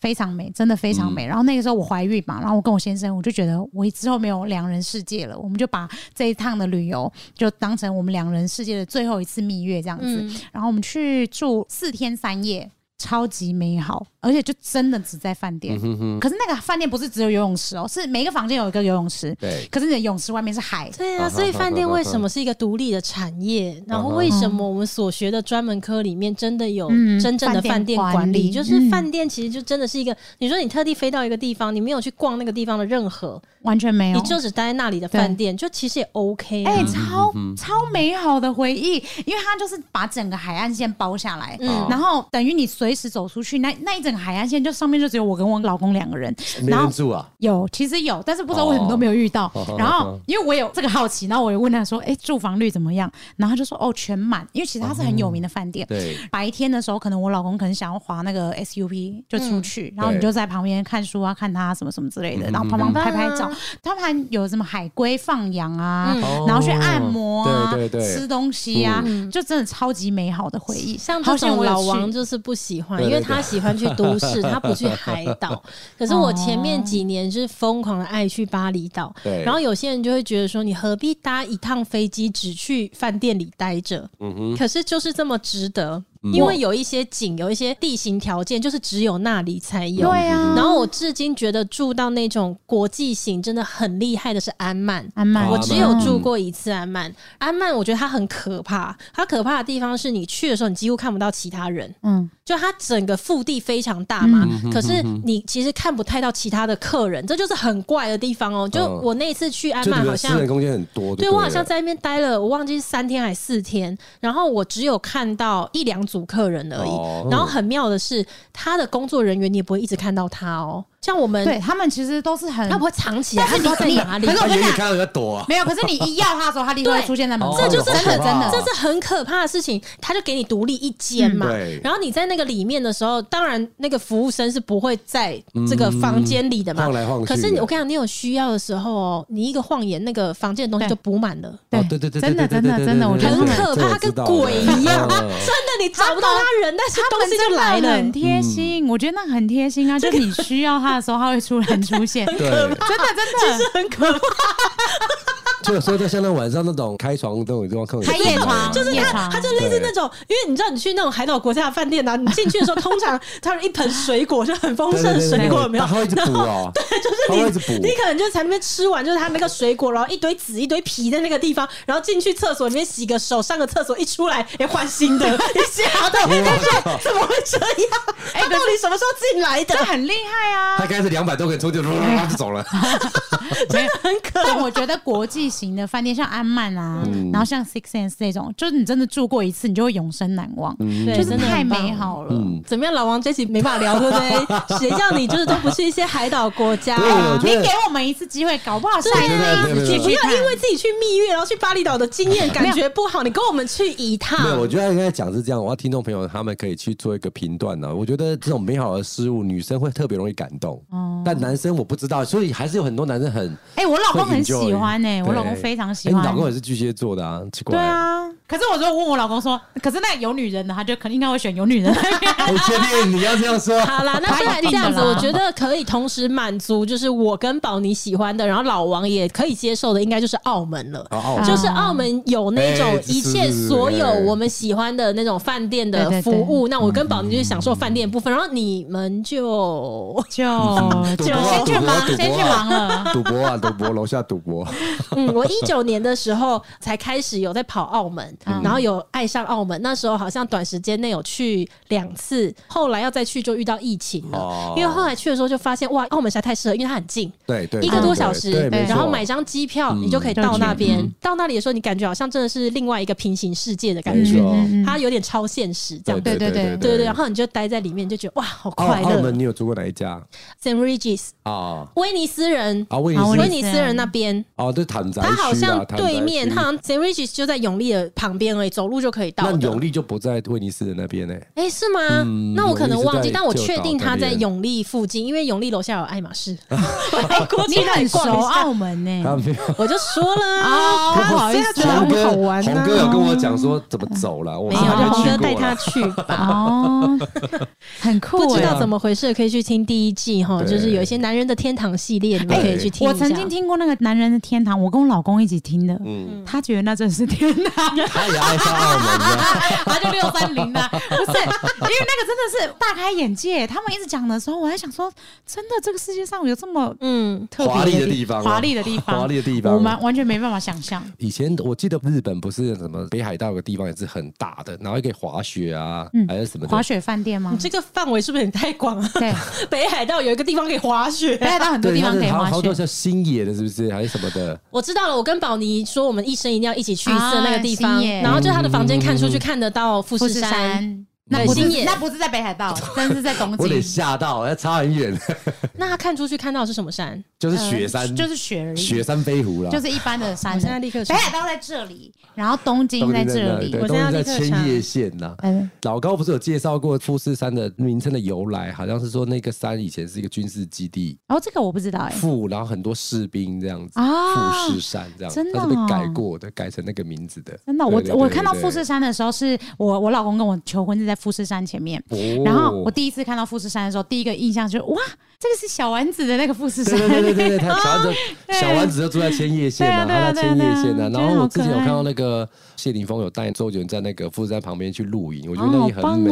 S2: 非常美，真的非常美。然后那个时候我怀孕嘛，然后我跟我先生，我就觉得我之后没有两人世界了，我们就把这一趟的旅游就当成我们两人世界的最后一次蜜月这样子。
S1: 嗯，
S2: 然后我们去住四天三夜，超级美好，而且就真的只在饭店。可是那个饭店不是只有游泳池哦，是每个房间有一个游泳池，
S3: 对，
S2: 可是你的泳池外面是海。
S1: 对
S3: 啊
S1: 啊，
S3: 哈
S1: 所以饭店为什么是一个独立的产业？然后为什么我们所学的专门科里面真的有
S2: 嗯
S1: 真正的饭店管理？
S2: 饭
S1: 嗯
S2: 店管理
S1: 就是饭店其实就真的是一个，你说你特地飞到一个地方，你没有去逛那个地方的任何，
S2: 完全没有，
S1: 你就只待在那里的饭店，就其实也 OK 啊。
S2: 哎、超超美好的回忆，因为它就是把整个海岸线包下来，
S1: 嗯
S2: 然后等于你随时走出去，那那一整个海岸线就上面就只有我跟我老公两个人，
S3: 没
S2: 然后
S3: 人住啊，
S2: 有，其实有，但是不知道为什么都没有遇 到。
S3: 哦
S2: 然
S3: 哦哦
S2: 后
S3: 哦
S2: 因为我有这个好奇，然后我也问他说：“哎、住房率怎么样？”然后他就说：“哦，全满。”因为其实它是很有名的饭店。
S3: 嗯对，
S2: 白天的时候，可能我老公可能想要滑那个 SUP 就出去，然后你
S3: 嗯对
S2: 就在旁边看书啊，看他什么什么之类的，
S3: 嗯
S2: 然后帮忙
S1: 嗯
S2: 拍拍
S1: 嗯
S2: 照。他们还有什么海龟放养啊，
S1: 嗯
S3: 哦
S2: 然后去按摩啊，
S3: 对对对
S2: 吃东西啊，
S1: 嗯
S2: 就真的超级美好的回忆。
S1: 像
S2: 好
S1: 这
S2: 险
S1: 种
S2: 我有
S1: 老
S2: 去
S1: 王就是不喜欢，
S3: 对
S1: 因
S3: 对
S1: 为
S3: 对
S1: 他喜欢去都 市，他不去海岛。可是我前面几年是疯狂的爱去巴厘岛，
S3: 哦对
S1: 然后有些人就会觉得说，你何
S3: 嗯
S1: 必搭一趟飞机只去饭店里待着？可是就是这么值得。因为有一些景，有一些地形条件，就是只有那里才有。
S2: 对啊，
S1: 然后我至今觉得住到那种国际型真的很厉害的是安曼，
S2: 安曼，
S1: 我
S3: 啊
S1: 只有住过一次安曼。安曼我觉得它很可怕，它可怕的地方是你去的时候你几乎看不到其他人，
S2: 嗯，
S1: 就它整个腹地非常大嘛，
S3: 嗯
S1: 可是你其实看不太到其他的客人，这就是很怪的地方哦。就
S3: 嗯
S1: 我那一次去安
S3: 就你
S1: 曼，好
S3: 的私
S1: 像
S3: 人空间很多就
S1: 对
S3: 了，
S1: 我好像在那边待了，我忘记是三天还是四天，然后我只有看到一两组客人而已。
S3: 哦
S1: 然后很妙的是，他的工作人员你也不会一直看到他哦，像我们
S2: 对他们其实都是很
S1: 他不会藏起来，
S2: 但
S1: 他
S2: 是
S1: 不知道在
S2: 你
S1: 哪里
S2: 可。是我
S3: 他
S2: 跟
S3: 远
S2: 你
S3: 远
S2: 讲，
S3: 看到人家躲啊，
S2: 没有，可是你一要他的时候，他立刻
S1: 对
S2: 会出现在门口，
S3: 这就是
S2: 真的
S3: 很
S2: 真的，
S1: 这是很可怕的事情，他就给你独立一间嘛
S3: 哦嗯对。
S1: 然后你在那个里面的时候，当然那个服务生是不会在这个房间里的嘛。
S3: 嗯晃来晃去的。
S1: 可是你我跟你讲，你有需要的时候哦，你一个晃眼，那个房间的东西就补满了。
S2: 对
S3: 哦对对对，
S2: 真的
S3: 对
S2: 真的
S3: 对对
S2: 真的我觉得
S3: 对对
S2: 很
S1: 可
S3: 对
S1: 怕
S3: 这我知道
S1: 跟鬼一样啊
S3: 嗯 嗯嗯
S1: 真的，你找不到他人，但是东西就来了。
S2: 很贴心，
S3: 嗯
S2: 我觉得那很贴心啊！就你需要他的时候，他会突然出 现，真的
S3: 对，
S2: 真的。
S1: 很可怕，
S3: 就有时候在像那晚上那种开床那种地方，看
S2: 开夜 床，
S1: 就是
S2: 夜
S1: 他，
S2: 床，
S1: 他就类似
S3: 对
S1: 那种，因为你知道，你去那种海岛国家的饭店啊，你进去的时候，通常他们一盆水果就很丰
S3: 对
S1: 盛的
S3: 对对对
S1: 水果，有
S3: 对
S1: 没有？
S3: 他会一直补哦，对，就是他会一直补，
S1: 你可能就在那边吃完，就是他那个水果，然后一堆籽、一堆皮在那个地方，然后进去厕所里面洗个手，上个厕所，一出来也换新 的，你吓到，你说怎么会这样？他到底什么时候进来的
S2: 这？很厉害啊！
S3: 他开始两百多个人出去，啦就 走了。
S2: 没有
S1: 很可
S2: 但我觉得国际型的饭店，像安曼啊，
S3: 嗯
S2: 然后像 Six Sense 这种，就是你真的住过一次，你就会永生难忘，
S3: 嗯
S1: 对
S2: 就是
S1: 真的
S2: 太
S1: 很棒
S2: 美好了。
S1: 怎么样，老王这集没办法聊，对不对？谁叫你就是都不去一些海岛国家、
S3: 对我
S1: 啊
S3: 觉？得
S2: 你给我们一次机会，搞不好下一
S1: 对啊，
S3: 对对对对
S1: 你
S2: 次
S1: 不
S2: 去
S1: 要
S2: 看
S1: 因为自己去蜜月，然后去巴厘岛的经验感觉不好，你跟我们去一趟
S3: 没。有，我觉得应该讲是这样，我要听众朋友他们可以去做一个评断呢。我觉得这种美好的事物，女生会特别容易感动，但男生我不知道，所以还是有很多男生很
S2: 哎、我老
S3: 会
S2: 公很
S3: enjoy
S2: 喜欢呢、欸
S1: 欸
S3: 对
S2: 我老公非常喜
S3: 哎
S2: 欢。
S3: 你老公也是巨蟹座的啊，奇怪。
S2: 对， 啊，可是我如果问我老公说，可是那有女人的，他就肯定应该会选有女人的。
S3: 我确定哎你要这 样说，
S1: 好啦，那
S2: 他
S1: 既
S2: 一
S1: 然这
S2: 定的
S1: 样子，
S2: 啦
S1: 我觉得可以同时满足，就是我跟宝妮喜欢的，然后老王也可以接受的，应该就是澳门了。
S3: 好，哦
S1: 就是澳门有那种
S3: 哎
S1: 一切
S3: 是
S1: 所有
S3: 哎
S1: 我们喜欢的那种饭店的
S2: 对对
S1: 服
S2: 对
S1: 务，那
S3: 嗯
S1: 我跟宝妮就是享受饭店的部分，然后你们就
S2: 就
S3: 赌啊
S2: 就
S3: 博啊
S2: 先去
S3: 赌博啊
S2: 忙，
S3: 赌博啊
S2: 先去忙了。
S3: 赌博啊，赌博，楼下赌博，
S1: 嗯，我一九年的时候才开始有在跑澳门，
S3: 嗯
S1: 然后有爱上澳门。那时候好像短时间内有去两次，后来要再去就遇到疫情了。
S3: 哦
S1: 因为后来去的时候就发现，哇，澳门实在太适合，因为它很近，
S3: 对对，
S1: 一个
S3: 对
S1: 多
S3: 对
S1: 小时
S3: 对，没
S1: 然后
S3: 错嗯
S1: 买张机票，你就可以到那边。
S2: 嗯
S1: 到那里的时候，你感觉好像真的是另外一个平行世界的感
S3: 没
S1: 觉，
S3: 错
S2: 嗯
S1: 它有点超现实这样。
S2: 对对对
S1: 对对，然后你就待在里面，就觉得哇，好
S3: 澳
S1: 快
S3: 哦澳
S1: 乐
S3: 门。你有住过哪一家
S1: St. Regis，
S3: 啊？
S1: 威尼斯人，
S3: 啊，威尼
S2: 啊
S3: 斯
S1: 威
S2: 威
S1: 尼
S2: 尼斯
S1: 斯人那边。
S3: 哦，对，坦宅
S1: 它好
S3: 区啦
S1: 像
S3: 坦宅
S1: 对面，
S3: 区
S1: 它好像 s a n r i g i s 就在永利的旁边而已，走路就可以到
S3: 那
S1: 的
S3: 永。利就不在威尼斯的那边欸呢。
S1: 哎、是吗？那我可能忘
S3: 永利
S1: 记，
S3: 是在
S1: 但我确定它在
S3: 旧岛那边
S1: 永利附近，因为永利楼下有爱马 仕。
S2: 你很熟
S1: 逛一下
S2: 澳门呢、
S3: 啊，没有。
S1: 我就说了啊，
S2: 哦，不好意思
S1: 他
S3: 红
S1: 非
S3: 哥，
S1: 常好玩啊
S3: 红哥有跟我讲说怎么走了，我
S1: 没有，
S3: 还
S1: 就
S3: 没
S1: 红
S3: 去
S1: 哥带
S3: 过
S1: 他
S3: 啦。
S1: 去吧。
S2: 哦，很酷、欸。
S1: 不知道怎么回事，可以去听第一季哈，
S3: 对
S1: 就是有一些男人的天堂系列，你们可以去听一
S2: 我
S1: 下。
S2: 曾经听过那个《男人的天堂》，我跟我老公一起听的，
S3: 嗯
S2: 他觉得那真的是天 堂，
S3: 哎他也爱上澳门啊了，
S2: 他啊就六三零的， 不是，因为那个真的是大开眼界。欸他们一直讲的时候，我还想说，真的这个世界上有这么
S1: 嗯，
S2: 特别
S3: 华丽的地方啊
S2: 华丽的地方，
S3: 华丽的地方
S2: 我们完全没办法想象。
S3: 以前我记得日本不是什么北海道有个地方也是很大的，然后也可以滑雪啊，
S1: 嗯
S3: 还是什么的
S2: 滑。雪饭店吗
S1: 你？这个范围是不是很太广啊？
S2: 对，
S1: 北海道有一个地方可以滑 雪，
S2: 北海道很多
S3: 对，
S2: 地方可以
S3: 它好
S2: 滑
S3: 好
S2: 雪
S3: 多。叫新野的，是不是？还是什 么的？
S1: 我知道了，我跟宝妮说，我们一生一定要一起去一次的那个地
S2: 啊
S1: 方，
S2: 星野
S1: 然后就他的房间看出去看得到富
S2: 富
S1: 士
S2: 士
S1: 山。
S2: 山，那不
S1: 对星野
S2: 是那不是在北海 道，但是在东
S3: 我有点
S2: 京，
S3: 吓到， 要差很远，
S1: 那他看出去看到的是什么山？
S3: 就是雪山，
S2: 呃就是雪而已，
S3: 雪山飞狐啦，
S2: 就是一般的山
S1: 我。现在立刻去
S2: 北。海道在这里，然后东京
S3: 东
S2: 在
S3: 京在
S2: 这
S3: 那
S2: 里。
S3: 对，
S1: 我
S3: 东
S1: 现在
S3: 京在
S1: 立刻查
S3: 千叶县呐。
S2: 嗯，
S3: 老高不是有介绍过富士山的名称的由来，好像是说那个山以前是一个军事基地，
S2: 然后这个我不知道哎、
S3: 富，然后很多士兵这样子，
S2: 啊
S3: 富士山这样，
S2: 真的
S3: 它是被
S2: 哦
S3: 改过的，改成那个名字的。
S2: 真的，
S3: 对
S2: 我
S3: 对
S2: 我
S3: 对
S2: 看到
S3: 对
S2: 富士山的时候，是我我老公跟我求婚是在富士山前面。
S3: 哦
S2: 然后我第一次看到富士山的时候，第一个印象就是哇，这个是小丸子的那个富士
S3: 对
S2: 山，
S3: 对对对对对，他小丸子
S2: 对
S3: 小丸子就住在千叶县啊，
S2: 对啊
S3: 他在
S2: 对啊
S3: 千
S2: 对啊
S3: 叶县啊。
S2: 对啊
S3: 然后我之
S2: 真的好可爱
S3: 前有看到那个谢霆锋有带周杰伦在那个富士山旁边去露营，我 觉
S2: 哦
S3: 得那里
S2: 好
S3: 很
S2: 棒
S3: 美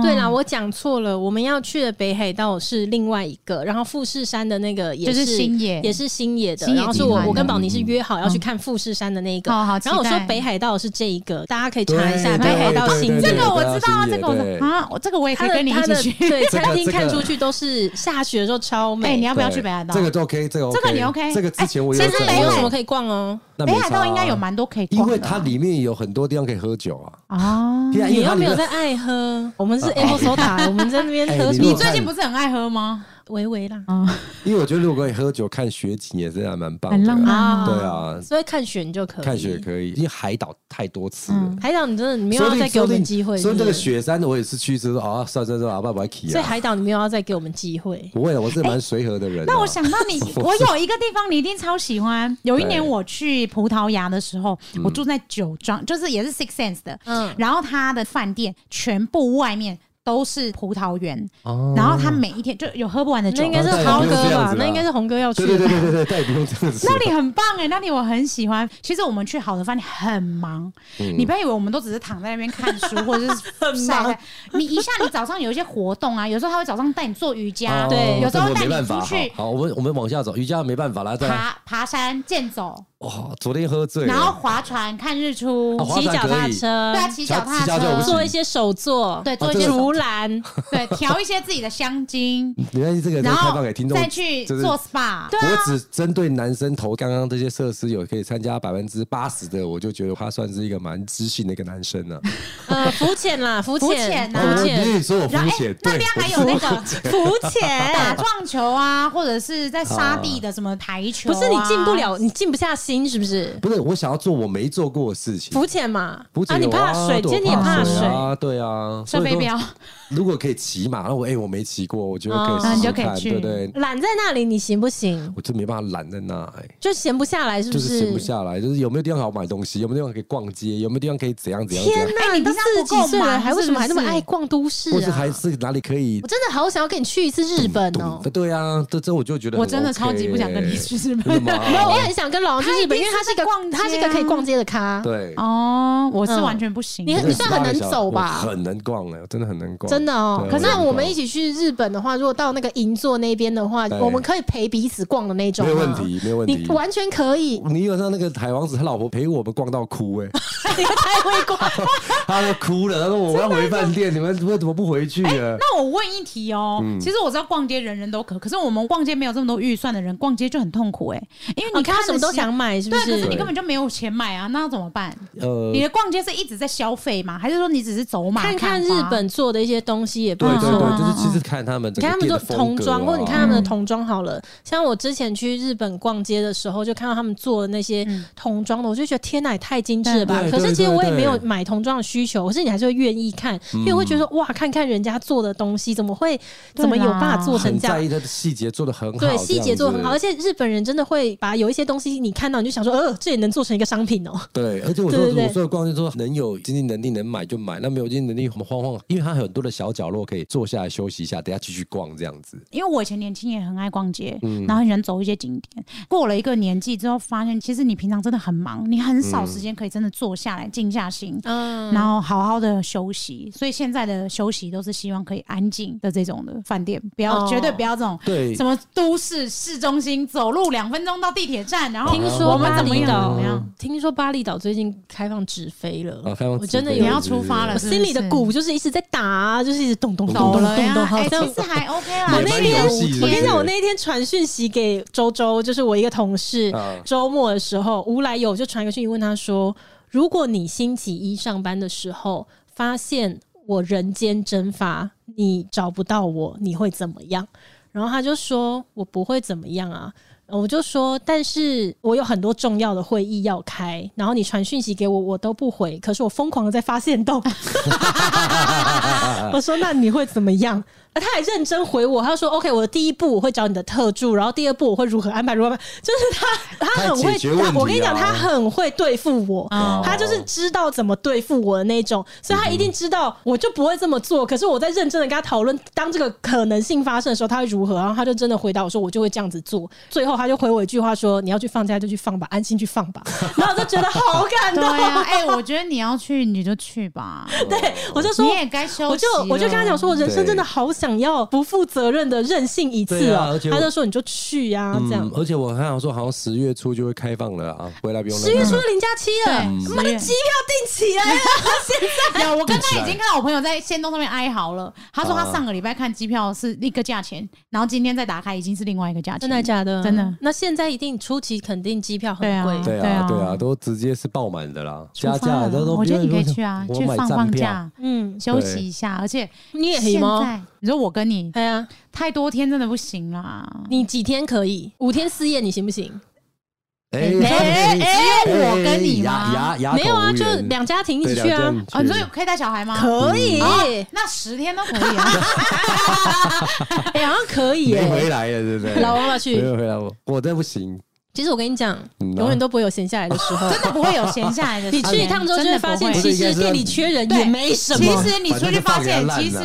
S2: 哦
S1: 对啦，我讲错了，我们要去的北海道是另外一个，然后富士山的那个也
S2: 就是
S1: 是
S2: 新野
S1: 也是新野的。
S2: 新野
S1: 然后是
S2: 集
S1: 我
S2: 团
S1: 我跟
S2: 的
S1: 宝妮是约好要去看富士山的那一个。
S2: 好好期
S1: 然后我说
S2: 待
S1: 北海道是这一个，大家可以查一下
S3: 对
S1: 北海道
S3: 对对
S1: 新
S3: 对
S2: 这
S1: 野
S3: 对。
S2: 个我知道啊，
S3: 对
S2: 这个我知
S3: 对
S2: 道啊，我这个我也
S1: 它
S2: 可以
S1: 的
S2: 跟你一
S1: 它的
S2: 起去。
S1: 对餐厅
S3: 这个
S1: 看出去都是下雪的时候超
S2: 哎，
S1: 美。
S2: 你要不要
S3: 对
S2: 去北海道？
S3: 这个都 OK，这个 OK，
S2: 这个你 OK
S3: 这个之前我有
S1: 其
S3: 讲
S1: 实
S3: 过。
S1: 没有什么可以逛哦，
S3: 那没
S2: 北
S3: 差啊
S2: 海道应该有，蛮多可以
S3: 因
S2: 逛的啊，
S3: 为它里面有很多地方可以喝酒啊。
S2: 啊，
S3: 对啊，因
S1: 你
S3: 为它
S1: 又
S3: 里
S1: 没有
S3: 面
S1: 在爱 喝，我们是 Apple Soda，我们在那边
S3: 啊哦哎
S1: 喝
S3: 你嗯
S1: 什
S3: 如
S2: 你
S1: 么
S3: 果
S2: 最近不是很爱喝吗？
S1: 微微啦，
S2: 啊，
S3: 因为我觉得如果可以喝酒看雪景也是还蛮棒的，
S2: 很浪漫啊
S3: 对啊，
S1: 所以看雪你就可以
S3: 看雪可以，因为海岛太多次了
S2: 嗯。
S1: 海岛，你真的你没有
S3: 说不
S1: 要
S3: 定
S1: 再给我们机会，
S3: 说不
S1: 是
S3: 定那个
S1: 不是
S3: 雪山的我也是去，就是说啊，算算算，啊，爸爸去
S1: 所以
S3: 啊。
S1: 海岛你没有要再给我们机会。
S3: 不会了，我是蛮随和的人啊。，
S2: 那我想到你 我有一个地方你一定超喜欢。有一年
S3: 对
S2: 我去葡萄牙的时候，我住在酒庄，就是也是 Six Sense 的，
S1: 嗯，
S2: 然后它的饭店全部外面都是葡萄园，
S3: 哦，
S2: 然后它每一天就有喝不完的酒
S1: 那应。该是豪
S3: 那也不是
S1: 哥
S3: 这样
S1: 吧
S3: 子？啦
S1: 那
S3: 啊
S1: 应该是红哥要去
S3: 对
S1: 的
S3: 对对
S1: 吧。
S3: 对对对，但也不用这样子。
S2: 那里很棒哎、那里我很喜欢。其实我们去好的饭店很忙，
S3: 嗯
S2: 你不要以为我们都只是躺在那边看书或 者是
S1: 很
S2: 晒
S1: 忙
S2: 太。你一下你早上有一些活动啊，有时候他会早上带你做瑜伽，
S3: 哦
S1: 对
S2: 啊有时候
S3: 这个
S2: 带
S3: 没
S2: 你
S3: 办
S2: 出
S3: 法。好
S2: 去，
S3: 好，我们我们往下走，瑜伽没办法啦，再来。
S2: 爬爬山、健走，
S3: 哇，昨天喝醉了，
S2: 然后划船、看日出，
S3: 哦划
S1: 骑
S3: 船
S1: 脚踏
S3: 可以
S1: 车
S2: 对，啊，骑脚
S3: 骑
S2: 踏
S3: 脚踏车我
S2: 车，
S3: 不行
S1: 做一些手作，
S2: 对，
S3: 啊
S2: 做一
S3: 这
S2: 些
S3: 个
S1: 竹篮，
S2: 对，调一些自己的香 精，
S3: 没关系，这个再
S2: 然
S3: 开
S2: 后
S3: 放给听众
S2: 再去啊
S3: 就是
S2: 做 SPA。
S3: 我只针对男生投刚刚这些设施有可以参加百分之八十的，我就觉得他算是一个蛮知性的一个男生了、
S1: 呃，浮潜啦，浮
S2: 浮
S1: 潜，
S2: 潜啊
S1: 浮
S3: 我
S1: 潜
S3: 不，是说我
S2: 然
S3: 肤
S2: 后，哎、
S3: 浅，
S2: 那
S3: 对，
S2: 边还
S3: 我
S2: 有那个
S1: 浮
S2: 打
S1: 潜。
S2: 撞球啊，或者是在沙地的什么排球、
S1: 不
S2: 啊，
S1: 是你进不。了，你静不下心，是不是？
S3: 不是我想要做我没做过的事情。
S1: 浮潜嘛，
S3: 浮
S1: 啊，
S3: 潜
S1: 你
S3: 有
S1: 怕水，今
S3: 对
S1: 天你也
S3: 我
S1: 怕
S3: 水
S1: 水，
S3: 啊，对啊。
S2: 射飞镖，
S3: 如果可以骑马，那我哎、我没骑过，我觉得可
S1: 哦
S3: 以试
S2: 你就
S3: 试
S2: 可以
S3: 看，
S2: 去
S3: 对不对？
S1: 懒在那里，你行不行？
S3: 我真没办法懒在那、哎，
S1: 就闲不下来，是不
S3: 就是
S1: 是？
S3: 闲不下来，就是有没有地方好买东西，有没有地方可以逛街，有没有地方可以怎样怎样怎
S1: 天
S3: 样，
S1: 哪，
S2: 哎你
S1: 都四
S2: 平常
S1: 十
S2: 不够
S1: 几岁了，
S2: 忙
S1: 还为什么还那么
S2: 是不是
S1: 爱逛都市
S3: 或是
S1: 啊
S3: 还？是哪里可以
S1: 我？真的好想要跟你去一次日本哦。
S3: 对啊，这这我就觉得
S2: 我
S3: 很
S2: 真的
S3: OK，
S2: 超级不想跟你去日
S3: 真的
S2: 本。
S3: 吗？
S1: 没有，我也很想跟老王去日本，
S2: 他一定
S1: 因为他是一
S2: 是在
S1: 个
S2: 逛街啊
S1: 他是一个可以逛街的咖。
S3: 对，
S2: 哦，我是
S1: 嗯
S2: 完全不行。
S1: 你
S3: 我
S1: 很
S3: 真的
S1: 算很能
S3: 18个小时
S1: 走吧
S3: 我很能逛哎，我真的很能逛，
S1: 真的哦，
S3: 对
S1: 可是
S3: 我
S1: 我们
S3: 逛
S1: 一起去日本的话，如果到那个银座那边的话，
S3: 对
S1: 我们可以陪彼此逛的那种，啊
S3: 没有问，题，没有问
S1: 你
S3: 题。
S1: 完全可以，
S3: 你有像那个海王子，他老婆陪我们逛到哭哎，
S1: 你太会逛，
S3: 他都哭了，他说我要回饭店，你们为什么不回去啊？
S2: 那我问一题哦，其实我知道逛街人人都可，可是我们逛街没有这么多预算的人，逛街就很痛苦哎、因为
S1: 你
S2: 你
S1: 看
S2: 看
S1: 他什么
S2: 得
S1: 都
S2: 起
S1: 想，买，是不
S2: 对，可是
S1: 是
S2: 你？根本就没有钱买啊，那怎么办？
S3: 呃
S2: 你，的逛街是一直在消费吗？还是说你只是走马
S1: 看看
S2: 看
S1: 日
S2: 花
S1: 本做的一些东西也不
S3: 对对
S1: 错。啊
S3: 对，就是其实看他们
S1: 你
S3: 整
S1: 看他
S3: 个
S1: 们
S3: 店
S1: 做
S3: 的
S1: 童
S3: 风格啊，
S1: 装，或者你看他们的
S2: 嗯
S1: 童装好了。像我之前去日本逛街的时候，就看到他们做的那些
S2: 嗯
S1: 童装的，我就觉得天哪，也太精致了吧！
S3: 对
S1: 可
S3: 对
S1: 是其实
S3: 对
S1: 我也没有
S3: 对嗯
S1: 买童装的需求，可是你还是会愿意看，因为我会觉得说哇，看看人家做的东西，怎么会怎么有办法做成
S3: 很
S1: 这样
S3: 在？意他的细节做的很好，
S1: 对，细节做得很好，而
S3: 这
S1: 且
S3: 样子。
S1: 日本人真的会把有一些东西你看到你就想说，呃，这也能做成一个商品哦、
S3: 对，而且我说
S1: 对对对
S3: 我说的逛街说能有经济能力能买就买，那没有经济能力我们晃晃，因为它很多的小角落可以坐下来休息一下，等一下继续逛这样子。
S2: 因为我以前年轻也很爱逛街，然后很喜欢走一些景点。过了一个年纪之后，发现其实你平常真的很忙，你很少时间可以真的坐下来静下心，
S1: 嗯，
S2: 然后好好的休息。所以现在的休息都是希望可以安静的这种的饭店，不要、
S1: 哦
S2: 绝对不要这种
S3: 对
S2: 什么都市市中心走路两分钟到地铁站，然 后
S1: 听
S2: 我
S1: 说
S2: 们
S1: 巴
S2: 怎么
S1: 厘
S2: 样
S3: 嗯
S2: 怎
S1: 岛
S2: 么样。，
S1: 听说巴厘岛最近开放直飞了，
S3: 啊开放
S1: 我真的
S3: 直飞
S1: 有
S2: 你要出发了
S1: 我
S2: 是不是，
S1: 心里的鼓就是一直在打啊，就是一直咚咚咚
S2: 走
S1: 咚
S2: 了
S1: 咚咚，
S2: 呀，
S1: 好
S2: 哎、
S1: 像
S2: 其实还 OK 啦。
S1: 我
S3: 也
S1: 那
S3: 蛮
S1: 天
S3: 游戏
S1: 我跟你
S3: 是
S1: 讲，
S3: 不是
S1: 我那天传讯息给周周，就是我一个同事
S3: 啊，
S1: 周、末的时候无来由就传一个讯息问他说：“如果你星期一上班的时候发现我人间蒸发，你找不到我，你会怎么样？”然后他就说：“我不会怎么样啊。”我就说，但是我有很多重要的会议要开，然后你传讯息给我，我都不回， 可是我疯狂的在发现动。我说那你会怎么样？呃他还认真回我，他说：“OK，我的第一步我会找你的特助，然后第二步我会如何安排，如何安排。”就是他，他很
S3: 他
S1: 会，
S3: 解决问题啊
S1: 我跟你讲，他很会对付我，
S2: 哦
S1: 他就是知道怎么对付我的那种，所以他一定知道我就不会这么做。可是我在认真的跟他讨论，当这个可能性发生的时候，他会如何？然后他就真的回答我说：“我就会这样子做。”最后他就回我一句话说：“你要去放假就去放吧，安心去放 吧。”然后我就觉得好感
S2: 对
S1: 动，
S2: 呀、哎、我觉得你要去你就去 吧，
S1: 对我就说
S2: 你。也该休息了。
S1: 我就我就跟他讲 说，我人生真的好想要不负责任的任性一次
S3: 对
S1: 哦、
S3: 啊而且我
S1: 他就说你就去呀、这样
S3: 嗯，。而且我看好说，好像十月初就会开放了啊，回来不用那
S1: 十
S3: 个
S1: 月初就零假期了，
S3: 嗯
S2: 对
S1: 妈的
S2: 十月
S1: 机票订起来了，啊
S2: 有，哎我刚
S3: 起
S2: 刚已
S3: 来
S2: 经看到我朋友在仙东上面哀嚎了。他说他
S1: 哦
S3: 啊
S2: 上个礼拜看机票是一个价钱，然后今天再打开已经是另外一个价钱。
S1: 真的假的？
S2: 真的。
S1: 那现在一定初期肯定机票很
S2: 对啊
S1: 贵，
S3: 对
S2: 对啊
S3: 啊，对啊，都直接是爆满的啦，
S2: 出
S3: 加
S2: 发
S3: 价
S2: 了
S3: 都都。
S2: 我觉得你可以
S3: 比如说
S2: 去啊，
S3: 我
S2: 去
S3: 买
S2: 放
S3: 站
S2: 放
S3: 票，
S2: 假，
S1: 嗯，
S2: 休息一下。而且
S1: 你也可以
S2: 现
S1: 吗？
S2: 在你说我跟你
S1: 哎呀，
S2: 太多天真的不行啦，
S1: 你几天可以？五天四夜你行不行？
S3: 哎
S2: 哎只有我跟你吗
S3: 牙牙牙口
S1: 没有啊，
S3: 无
S1: 就
S3: 缘
S1: 两家庭一
S3: 对
S1: 起去啊
S3: 两家，人
S2: 啊，你说
S3: 去
S2: 有可以带小孩吗？
S1: 可以，哎，
S2: 那十天都可以啊。
S1: 哎好像可以
S3: 没回
S1: 耶。
S3: 来了，对不对？
S1: 老王要
S3: 没
S1: 去，
S3: 有回来，我我真不行。
S1: 其实我跟你讲，
S3: 嗯啊
S1: 永远都不会有闲下来的时候。
S2: 真的不会有闲下来的 时
S1: 你
S2: 间。
S1: 去一趟之后就会
S2: 真的
S1: 发现，
S2: 不会
S1: 其
S3: 真的
S1: 实
S3: 不会
S1: 店里缺人也
S2: 对
S1: 没什
S2: 其
S1: 么。。
S2: 实你出去发现，
S3: 反正
S2: 其
S3: 就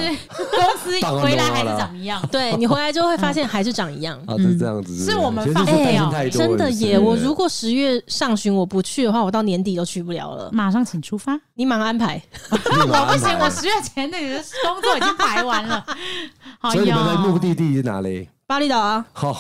S3: 放
S2: 实
S3: 给他烂
S2: 公司回来还是怎么样
S1: 对你回来之后会发现还是长一样。
S3: 哦啊，是这样子，
S2: 是我们
S3: 其实
S2: 放
S3: 是担
S2: 飞
S3: 心
S2: 哦
S3: 太多
S1: 哎真的
S3: 了
S1: 耶！我如
S3: 果
S1: 果十月上旬我不去的话，我到年底都去不了了。
S2: 马上请出发！
S1: 你忙安排，
S2: 我不行，
S3: 啊
S2: 我十月前那里的工作已经排 完了。好
S3: 所以你们的目
S2: 哟，
S3: 的地是哪里？
S1: 巴厘岛啊，
S3: 好，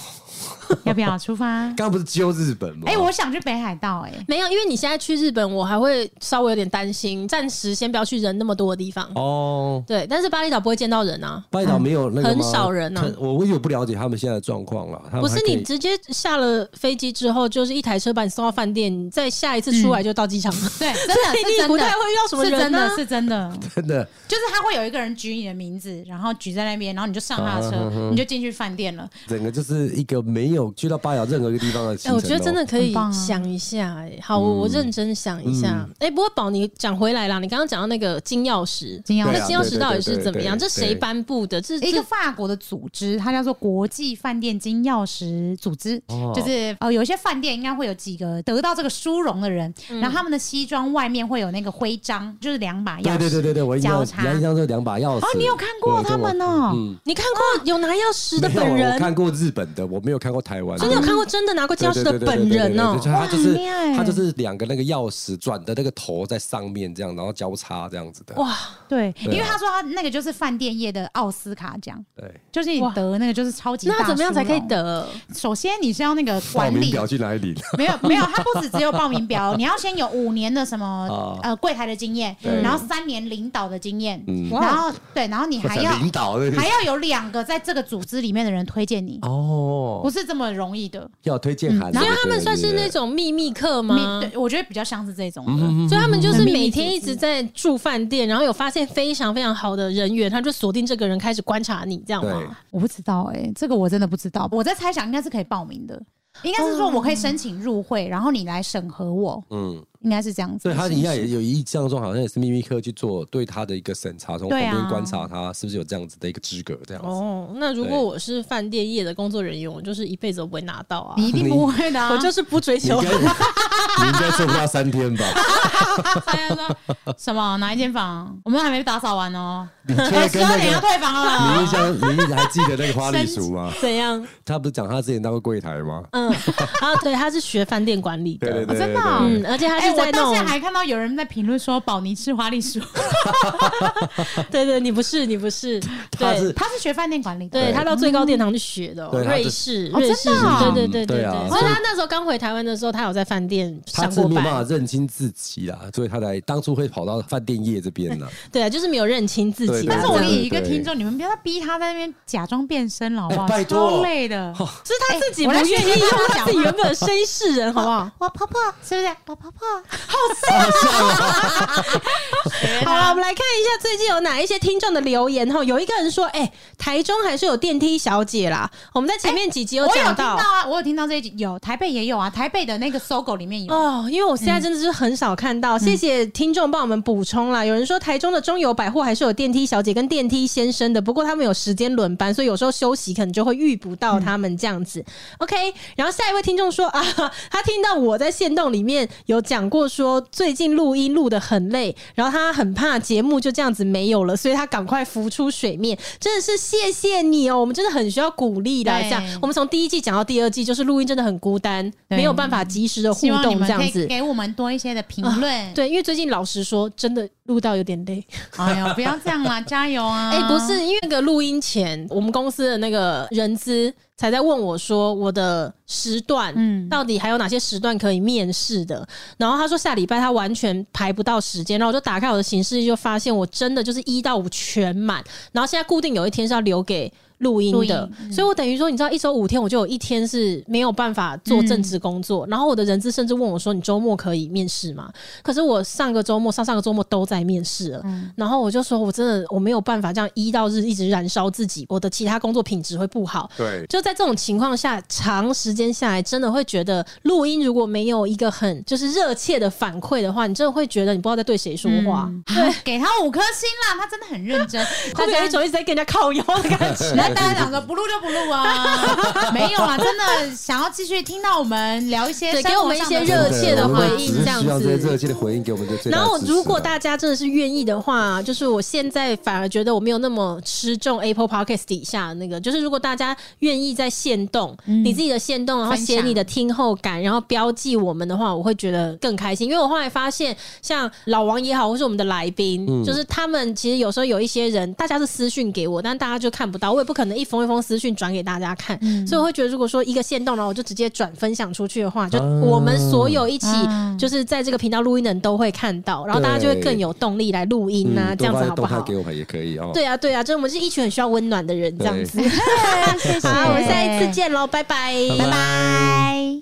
S2: 要不要 出发？
S3: 刚刚不是揪日本吗？
S2: 哎，我想去北海道，哎，
S1: 没有，因为你现在去日本，我还会稍微有点担心，暂时先不要去人那么多的地方。
S3: 哦，
S1: 对，但是巴厘岛不会见到人啊，
S3: 巴厘岛没有那个
S1: 很
S3: 吗
S1: 少人啊
S3: 他我我有不了解他们现在的状况了。他们
S1: 不
S3: 还
S1: 是
S3: 可以
S1: 你直接下了飞机之后，就是一台车把你送到饭店，你再下一次出来就到机场 了，
S2: 对，真的
S1: 所以
S2: 是
S1: 你
S2: 真
S1: 不太
S2: 的
S1: 会遇到什么
S2: 是
S1: 人
S2: 真
S1: 呢、
S2: 的是真的，
S3: 真的
S2: 就是他会有一个人举你的名字，然后举在那边，然后你就上他
S3: 啊
S2: 的车，你就进去饭店了。
S3: 整个就是一个没有去到巴厘岛任何一个地方的
S1: 哎、
S3: 行程哦。
S1: 我觉得真的可以
S2: 很棒啊
S1: 想一下、哎，好，我我认真想一下。哎、不过宝，你讲回来啦，你刚刚讲到那个金钥匙，
S2: 金钥匙
S1: 那金钥匙到底是怎么样？这
S3: 对啊对对对对
S1: 谁颁布的？这
S2: 一个
S1: 这
S2: 法国的组织，它叫做国际饭店金钥匙组织，
S3: 哦
S2: 就是呃，有一些饭店应该会有几个得到这个殊荣的人，然后他们的西装外面会有那个徽章，就是两把钥匙
S3: 对对对对对，我印象
S2: 交叉
S3: 印象这两把钥匙。
S2: 哦，你有看过
S3: 我
S2: 他们哦？
S3: 嗯，
S1: 你看过有拿钥匙的
S3: 没有
S1: 本
S3: 我
S1: 人？
S3: 看过日本的，我没有看过台湾的。
S1: 真的有看过真的拿过金钥匙的本人哦、
S3: 对对对对对对对他就是
S2: 哇很厉害
S3: 他就是两个那个钥匙转的那个头在上面这样，然后交叉这样子的。
S1: 哇，
S2: 对，因
S3: 啊
S2: 为他说他那个就是饭店业的奥斯卡奖，
S3: 对，
S2: 就是你
S1: 哇
S2: 得那个就是超级
S1: 那
S2: 大哦
S1: 怎么样才可以
S2: 殊荣？
S1: 得？
S2: 首先你是要那个
S3: 报
S2: 管
S3: 名
S2: 理
S3: 表去哪里领？
S2: 没有没有，它不止只有报名表，哦你要先有五年的什么、
S3: 哦
S2: 呃柜台的经验，
S3: 对
S2: 然后三年领导的经验，
S3: 嗯
S2: 然
S1: 哦
S2: 后对，然后你还要
S3: 领导的
S2: 还要有两个在这个组织里面的人推荐你，不
S3: 哦，
S2: 是这么容易的。
S3: 要推荐函。
S1: 所以他们
S3: 对
S1: 算是那。
S3: 对对
S1: 种秘密客
S2: 你
S1: 吗？
S2: 对，我觉得比较像是这种的。
S3: 嗯
S1: 所以他们就是
S2: 很秘密
S1: 每
S2: 组
S1: 天一直
S2: 织
S1: 在住饭店，然后有发现非常非常好的人员，他就锁定这个人开始观察你，这样
S3: 对
S1: 吗？，
S2: 我不知道哎、这个我真的不知道。我在猜想，应该是可以报名的，应该是说我可以申请入会，然后你来审核我，
S3: 嗯，
S2: 应该是这样子
S3: 所
S2: 的形
S3: 以他
S2: 式。
S3: 一样也有印象中好像也是秘密客去做对他的一个审查，从旁
S2: 对啊
S3: 边观察他是不是有这样子的一个资格，这样子。
S1: 哦，那如果
S3: 对
S1: 我是饭店业的工作人员，我就是一辈子都不会拿到啊！
S2: 你一定不会的、啊，
S1: 我就是不追
S3: 你应
S1: 求
S3: 该你应该做不到三天吧？
S2: 他要说什么？哪一间房？我们还没打扫完哦，
S3: 你 确实
S2: 十
S3: 跟
S2: 二
S3: 那
S2: 点要
S3: 个
S2: 退房了。
S3: 你印象，你还记得那个花栗鼠吗？
S1: 怎样？
S3: 他不是讲他之前当过柜台吗？
S1: 嗯，啊，对，他是学饭店管理的，
S3: 对对对，
S2: 真的
S3: 对
S2: 哦
S3: 对
S1: 嗯，而且他
S2: 哎、
S1: 是在
S2: 我
S1: 那
S2: 到
S1: 种，
S2: 现在还看到有人在评论说宝妮吃花 栗鼠，
S1: 对对，你不是你不是，
S3: 他
S1: 对
S3: 是
S2: 他是学饭店管理的，
S1: 对他到最高殿堂去学的哦，
S3: 对他
S1: 瑞
S3: 是
S1: 士
S2: 哦
S1: 瑞士
S2: 真的
S1: 什么，
S2: 哦
S1: 对对对
S3: 对啊
S1: 对，所
S3: 所以
S1: 以他那时候刚回台湾的时候，他有在饭店
S3: 他
S1: 上
S3: 是
S1: 过
S3: 没有办法
S1: 班，
S3: 认清自己啦，所以他才当初会跑到饭店业这 边呢。
S1: 对啊，就是没有认清自己
S3: 对
S1: 啊。
S2: 但是我
S3: 对对
S2: 以一个听众，你们不要再逼他在那边假装变身了，好不好？
S3: 哎拜托
S2: 超累 的。
S1: 是他自己
S2: 哎
S1: 不
S2: 我来
S1: 愿
S2: 学
S1: 意
S2: 习
S1: 用他
S2: 他讲
S1: 自己
S2: 话
S1: 原本的身世人，好不好？
S2: 我婆婆是不是？我婆婆。
S3: 好像啊，
S1: 好了，我们来看一下最近有哪一些听众的留言哈，有一个人说，哎、台中还是有电梯小姐啦。我们在前面几集有
S2: 我有
S1: 讲
S2: 听
S1: 到。
S2: 到啊，我有听到这一集有台北也有啊，台北的那个搜狗里面有，嗯
S1: 哦，因为我现在真的是很少看到，谢谢听众帮我们补充啦。有人说台中的中友百货还是有电梯小姐跟电梯先生的，不过他们有时间轮班，所以有时候休息可能就会遇不到他们这样子。OK，然后下一位听众说啊，他听到我在线动里面有讲过说最近录音录的很累，然后他很怕节目就这样子没有了，所以他赶快浮出水面，真的是谢谢你哦，我们真的很需要鼓励啦。
S2: 对
S1: 这样，我们从第一季讲到第二季，就是录音真的很孤单，
S2: 对
S1: 没有办法及时的互
S2: 希望你
S1: 动这
S2: 们可
S1: 样
S2: 以
S1: 子。
S2: 给我们多一些的评论。，
S1: 对，因为最近老实说，真的录到有点累。
S2: 哎呦，不要这样啦，加油 啊！
S1: 哎、不是，因为那个录音前，我们公司的那个人资才在问我说，我的时段，嗯，到底还有哪些时段可以面试的？然后他说下礼拜他完全排不到时间，然后我就打开我的行事历，就发现我真的就是一到五全满，然后现在固定有一天是要留给。录音
S2: 录
S1: 的
S2: 音，嗯
S1: 所以我等于说，你知道，一周五天，我就有一天是没有办法做
S2: 嗯
S1: 正职工作。然后我的人资甚至问我说：“你周末可以面试吗？”可是我上个周末、上上个周末都在面试了，然后我就说，我真的我没有办法这样一到日一直燃烧自己，我的其他工作品质会不好。
S3: 对，
S1: 就在这种情况下，长时间下来，真的会觉得录音如果没有一个很就是热切的反馈的话，你真的会觉得你不知道在对谁说话，
S2: 对，嗯给他五颗星啦，他真的很认真。
S1: 会
S2: 大
S1: 不会有
S2: 家
S1: 一种一直在跟人家靠腰的感觉。
S2: 然后大家想说不录就不录啊， 没有啊，真的想要继续听到我们聊一些
S1: 对
S2: 生活
S1: 给我们一些
S2: 上的
S1: 热切的回应这
S3: 真的我们只是
S1: 样
S3: 需要这些
S1: 子
S3: 热切的回应给我们的最大
S1: 然
S3: 的
S1: 后，
S3: 支持
S1: 如果
S3: 啊
S1: 大家真的是愿意的话，就是我现在反而觉得我没有那么吃重 Apple Podcast 底下那个。就是如果大家愿意在线动、你自己的线动，然后
S2: 嗯分享
S1: 写你的听后感，然后标记我们的话，我会觉得更开心。因为我后来发现，像老王也好，或是我们的来宾，
S3: 嗯
S1: 就是他们其实有时候有一些人，大家是私讯给我，但大家就看不到，我也不可能一封一封私讯转给大家看。
S2: 嗯
S1: 所以我会觉得，如果说一个线动，然后我就直接转分享出去的话，就
S3: 啊
S1: 我们所有一起
S3: 嗯
S2: 啊
S1: 就是在这个频道录音的人都会看到，然后大家就会更有动力来录音啊，
S3: 嗯
S1: 这样
S3: 多
S1: 子
S3: 发
S1: 好不
S3: 动态
S1: 好？
S3: 给我们也可以哦。
S1: 对啊，对啊，就是我们是一群很需要温暖的人，这样子。
S2: 对谢谢，
S1: 好，我们下一次见喽，拜拜，
S2: 拜拜。